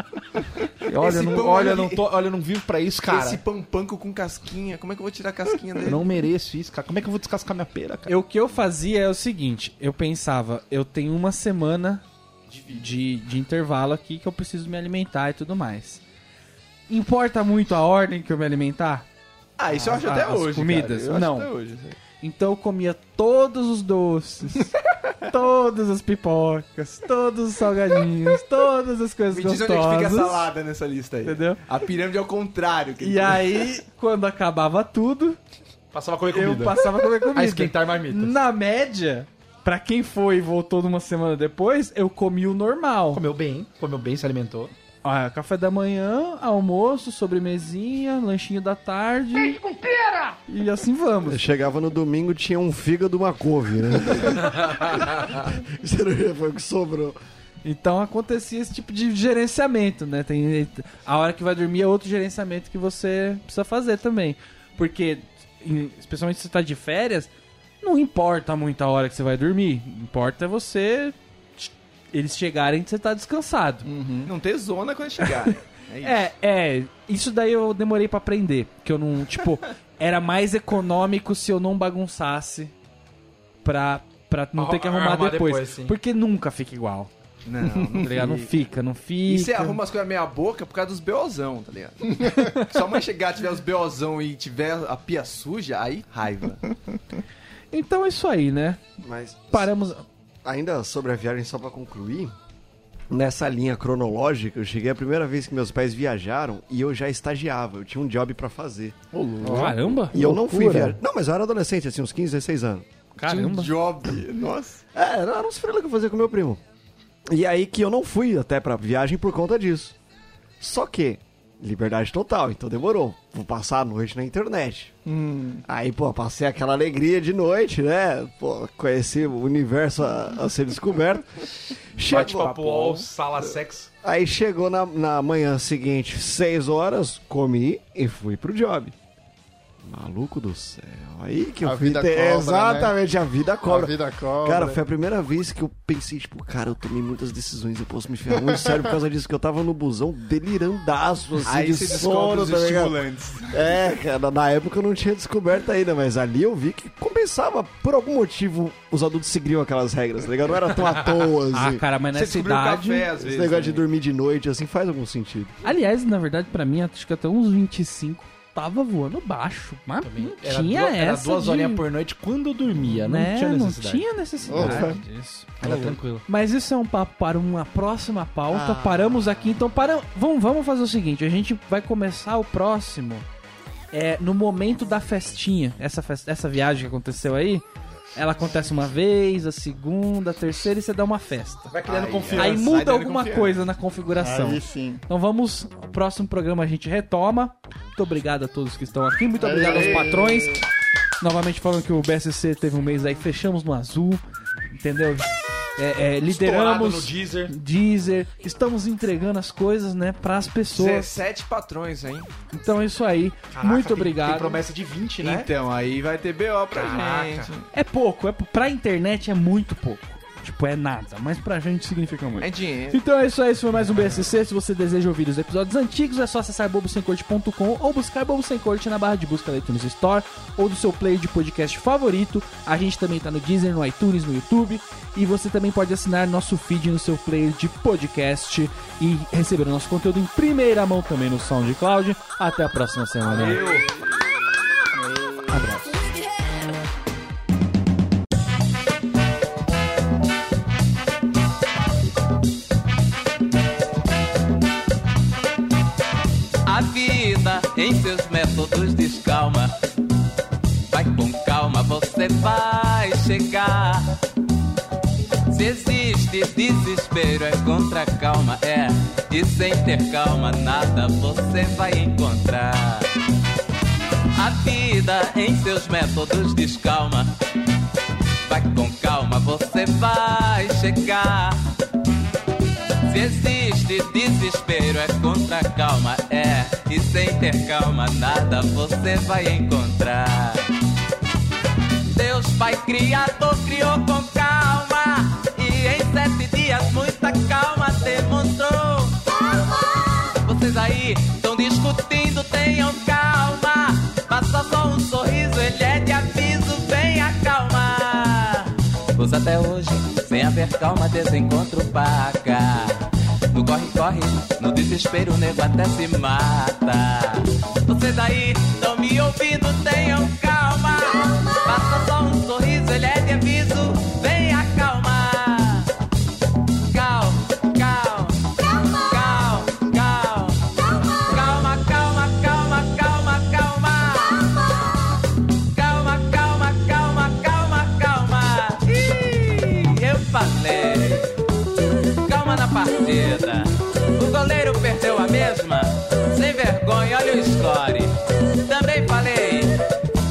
olha,
Esse
eu não,
pão
olha, eu
aí-
não tô, olha, eu não vivo pra isso, cara.
Esse pão panko com casquinha, como é que eu vou tirar a casquinha dele?
Eu não mereço isso, cara. Como é que eu vou descascar minha pera, cara?
eu- o que eu fazia é o seguinte: eu pensava, eu tenho uma semana de, de intervalo aqui que eu preciso me alimentar e tudo mais. Importa muito a ordem que eu me alimentar?
Ah, isso eu acho
Ah,
até
as
hoje.
comidas,
cara. Eu acho
não.
até hoje, assim.
Então eu comia todos os doces, todas as pipocas, todos os salgadinhos, todas as coisas
Me diz
gostosas.
onde é que fica a salada nessa lista aí.
Entendeu?
A pirâmide é o contrário. que-
E aí, quando acabava tudo,
Passava a comer
eu passava a comer comida.
A esquentar marmitas.
Na média, pra quem foi e voltou numa semana depois, eu comi o normal.
Comeu bem, comeu bem, se alimentou.
Ah, café da manhã, almoço, sobremesinha, lanchinho da tarde. E assim vamos.
Eu chegava no domingo tinha um fígado e uma couve, né? Isso não foi o que sobrou.
Então acontecia esse tipo de gerenciamento, né? Tem, a hora que vai dormir é outro gerenciamento que você precisa fazer também. Porque, em- especialmente se você tá de férias, não importa muito a hora que você vai dormir. Importa é você. Eles chegarem que você tá descansado.
Uhum. Não ter zona quando chegar. É isso.
É, é. Isso daí eu demorei pra aprender. Que eu não. Tipo, era mais econômico se eu não bagunçasse pra, pra não ter que
Arru-
arrumar,
arrumar
depois.
depois, sim.
Porque nunca fica igual.
Não, não,
Tá ligado? Não fica, não fica.
Uhum. E você arruma as coisas meia boca por causa dos BOzão, tá ligado? Se a mãe chegar, tiver os BOzão e tiver a pia suja, aí raiva.
Então é isso aí, né?
Mas
Paramos.
ainda sobre a viagem, só pra concluir, nessa linha cronológica, eu cheguei a primeira vez que meus pais viajaram e eu já estagiava, eu tinha um job pra fazer.
Caramba!
E eu não fui viajar. Não, mas eu era adolescente, assim, uns 15, 16 anos.
Caramba!
Tinha um job. Nossa.
É, era era uns freelas que eu fazia com meu primo. E aí que eu não fui até pra viagem por conta disso. Só que, liberdade total, então demorou. Vou passar a noite na internet. Aí, pô, passei aquela alegria de noite, né? Pô, conheci o universo a, a ser descoberto. Chegou,
UOL, sala sexo.
aí chegou na, na manhã seguinte, 6 horas, comi e fui pro job. Maluco do céu, aí que eu
A
fui
vida
ter-
cobra, né?
Exatamente, a vida cobra.
A vida cobra.
Cara, foi a primeira vez que eu pensei, tipo, cara, eu tomei muitas decisões, eu posso me ferrar muito sério por causa disso, que eu tava no busão delirandaço, assim,
Aí
de
você descobre
sono,
os
tá ligado?
estimulantes.
É, cara, na época eu não tinha descoberto ainda, mas ali eu vi que compensava, por algum motivo, os adultos seguiam aquelas regras, tá ligado? Não era tão à toa,
Ah,
assim.
cara, mas
Você
nessa
descobriu o
idade.
café, às
Esse
vezes. né?
negócio de
também.
dormir de noite, assim, faz algum sentido.
Aliás, na verdade, pra mim, acho que até uns 25 tava voando baixo. Mas não
Era,
tinha
duas, era
essa.
duas
de...
horinhas por noite quando eu dormia, não
né?
tinha
não
necessidade. é
tinha necessidade disso.
Era tranquilo.
Mas isso é um papo para uma próxima pauta. Paramos aqui, então paramos. Vamos, vamos fazer o seguinte: a gente vai começar o próximo é, no momento da festinha. Essa, fes- essa viagem que aconteceu aí, ela acontece uma vez, a segunda, a terceira e você dá uma festa.
Vai criando confiança.
Aí
Aí
muda
dando
alguma
confiança.
coisa na configuração.
Aí sim.
Então vamos, o próximo programa a gente retoma. Muito obrigado a todos que estão aqui, muito obrigado aos
Aê!
patrões. Novamente falando que o BSC teve um mês aí, fechamos no azul, entendeu? É, é,
Estourado no
lideramos
Deezer.
Deezer, estamos entregando as coisas, né, pras pessoas.
17 patrões, hein?
Então é isso aí,
Caraca,
muito
tem- Tem
obrigado.
promessa de 20, né?
Então, Tá, aí vai ter BO pra
Caraca.
gente.
É pouco, é, pra internet é muito pouco. Tipo, é nada, mas pra gente significa muito.
É dinheiro.
Então é isso aí, esse foi mais um BSC. Se você deseja ouvir os episódios antigos, é só acessar bobosemcorte.com ou buscar Bobo Sem Corte na barra de busca da iTunes Store ou do seu player de podcast favorito. A gente também tá no Deezer, no iTunes, no YouTube. E você também pode assinar nosso feed no seu player de podcast e receber o nosso conteúdo em primeira mão também no SoundCloud. Até a próxima semana. Abraço.
A vida em seus métodos descalma. Vai com calma, você vai chegar. Se existe desespero, é contra a calma, é. E sem ter calma, nada você vai encontrar. A vida em seus métodos descalma. Vai com calma, você vai chegar. Se existe desespero, é contra a calma, é. E sem ter calma, nada você vai encontrar. Deus, Pai Criador, criou com calma. E em sete dias, muita calma demonstrou. Vocês aí estão discutindo, tenham calma. Passa só um sorriso, ele é de aviso, vem acalmar. Pois até hoje, sem haver calma, desencontro paga. No corre-corre, no desespero, o nego até se mata. Vocês aí estão me ouvindo, tenham calma. Passa só um sorriso, ele é de aviso, vem acalmar. Cal, cal, cal, cal. Calma, calma, calma, calma, calma. Calma, calma, calma, calma, calma. Ih, eu falei. Calma na partida. O goleiro perdeu a mesma. Sem vergonha, olha o score. Também falei.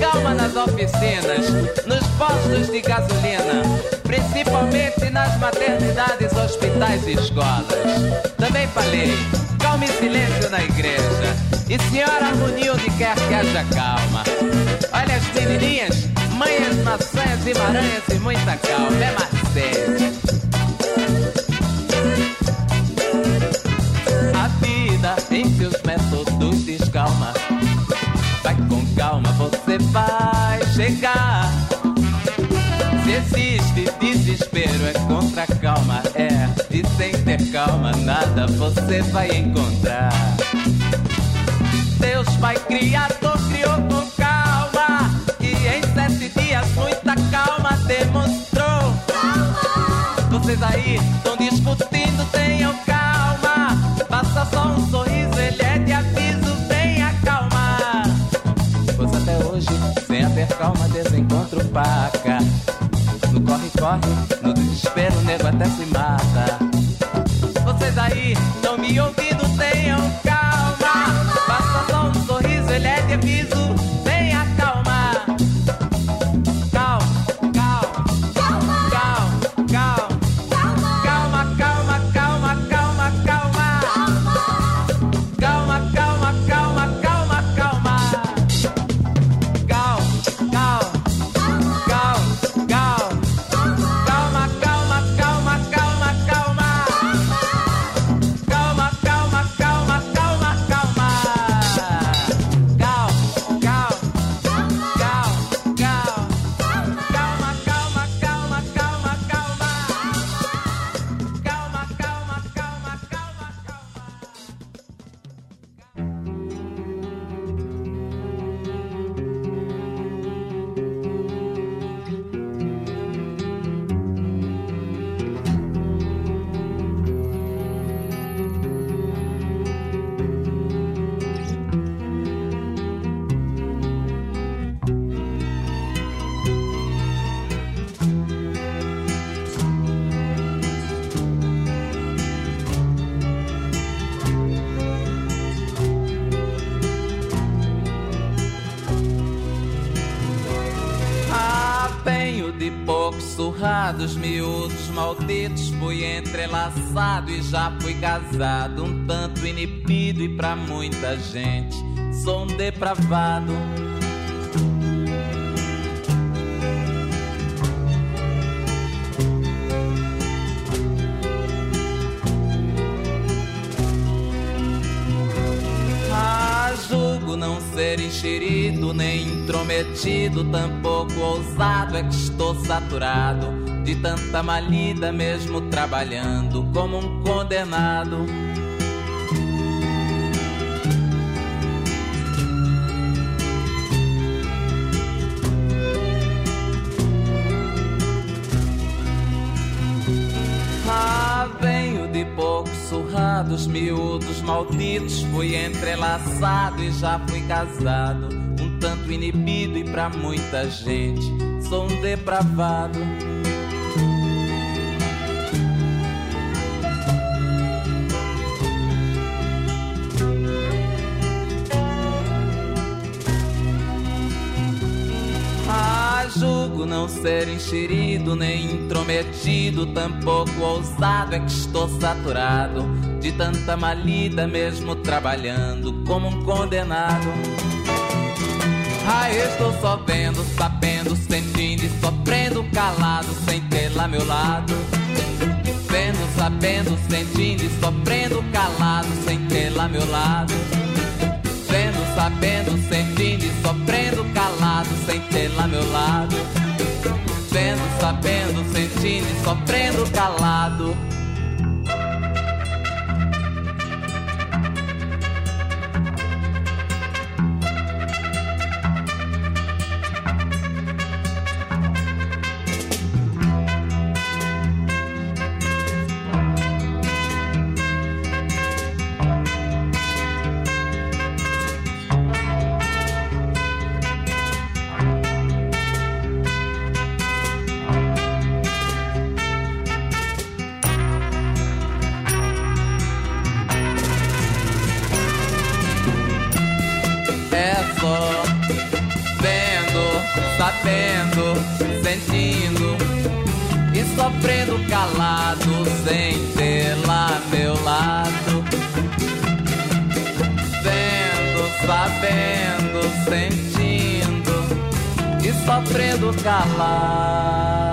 Calma nas oficinas, nos postos de gasolina, principalmente nas maternidades, hospitais e escolas. Também falei, calma e silêncio na igreja. E senhora harmonia onde quer que haja calma. Olha as menininhas, manhas, maçãs e maranhas e muita calma, é macete. A vida em seus métodos descalma. Vai com calma, você vai chegar. Se existe desespero, é contra a calma, é. E sem ter calma, nada você vai encontrar. Deus, Pai Criador, criou com calma. E em sete dias, muita calma demonstrou. Vocês aí estão discutindo, tenham calma. Passa só um sorriso, ele é de aviso, vem acalmar. Pois até hoje, sem haver calma, desencontro paca. No corre-corre, no desespero, o nego até se mata. Vocês aí estão me ouvindo, tenham um calma. Passa só um sorriso, ele é de aviso, vem acalmar. Cal, cal, cal, cal. Calma, calma, calma, calma, calma. Calma, calma, calma, calma, calma. Cal, cal, cal, cal. Calma, calma, calma, calma, calma. Calma, calma, calma, calma, calma. Cal, cal, cal, cal. Calma, calma, calma, calma, calma. Calma, calma, calma, calma, calma. Apanho Ah, de poucos surrados, miúdos malditos. Fui entrelaçado e já fui casado. Um tanto inibido e pra muita gente sou um depravado. não ser enxerido, nem intrometido, tampouco ousado, é que estou saturado de tanta malida, mesmo trabalhando como um condenado. Ah, venho de poucos surrados, miúdos malditos. Fui entrelaçado e já fui casado. Um tanto inibido e pra muita gente sou um depravado. Ah, julgo não ser enxerido, nem intrometido, tampouco ousado, é que estou saturado de tanta malida, mesmo trabalhando como um condenado. Ah, estou só vendo, sabendo, sentindo e sofrendo, calado, sem tê-la a meu lado. Vendo, sabendo, sentindo e sofrendo, calado, sem tê-la a meu lado vendo, sabendo, sentindo e sofrendo calado, sem tê-la a meu lado. Vendo, sabendo, sentindo e sofrendo calado. É só vendo, sabendo, sentindo e sofrendo calado sem tê-la a meu lado. Vendo, sabendo, sentindo e sofrendo calado.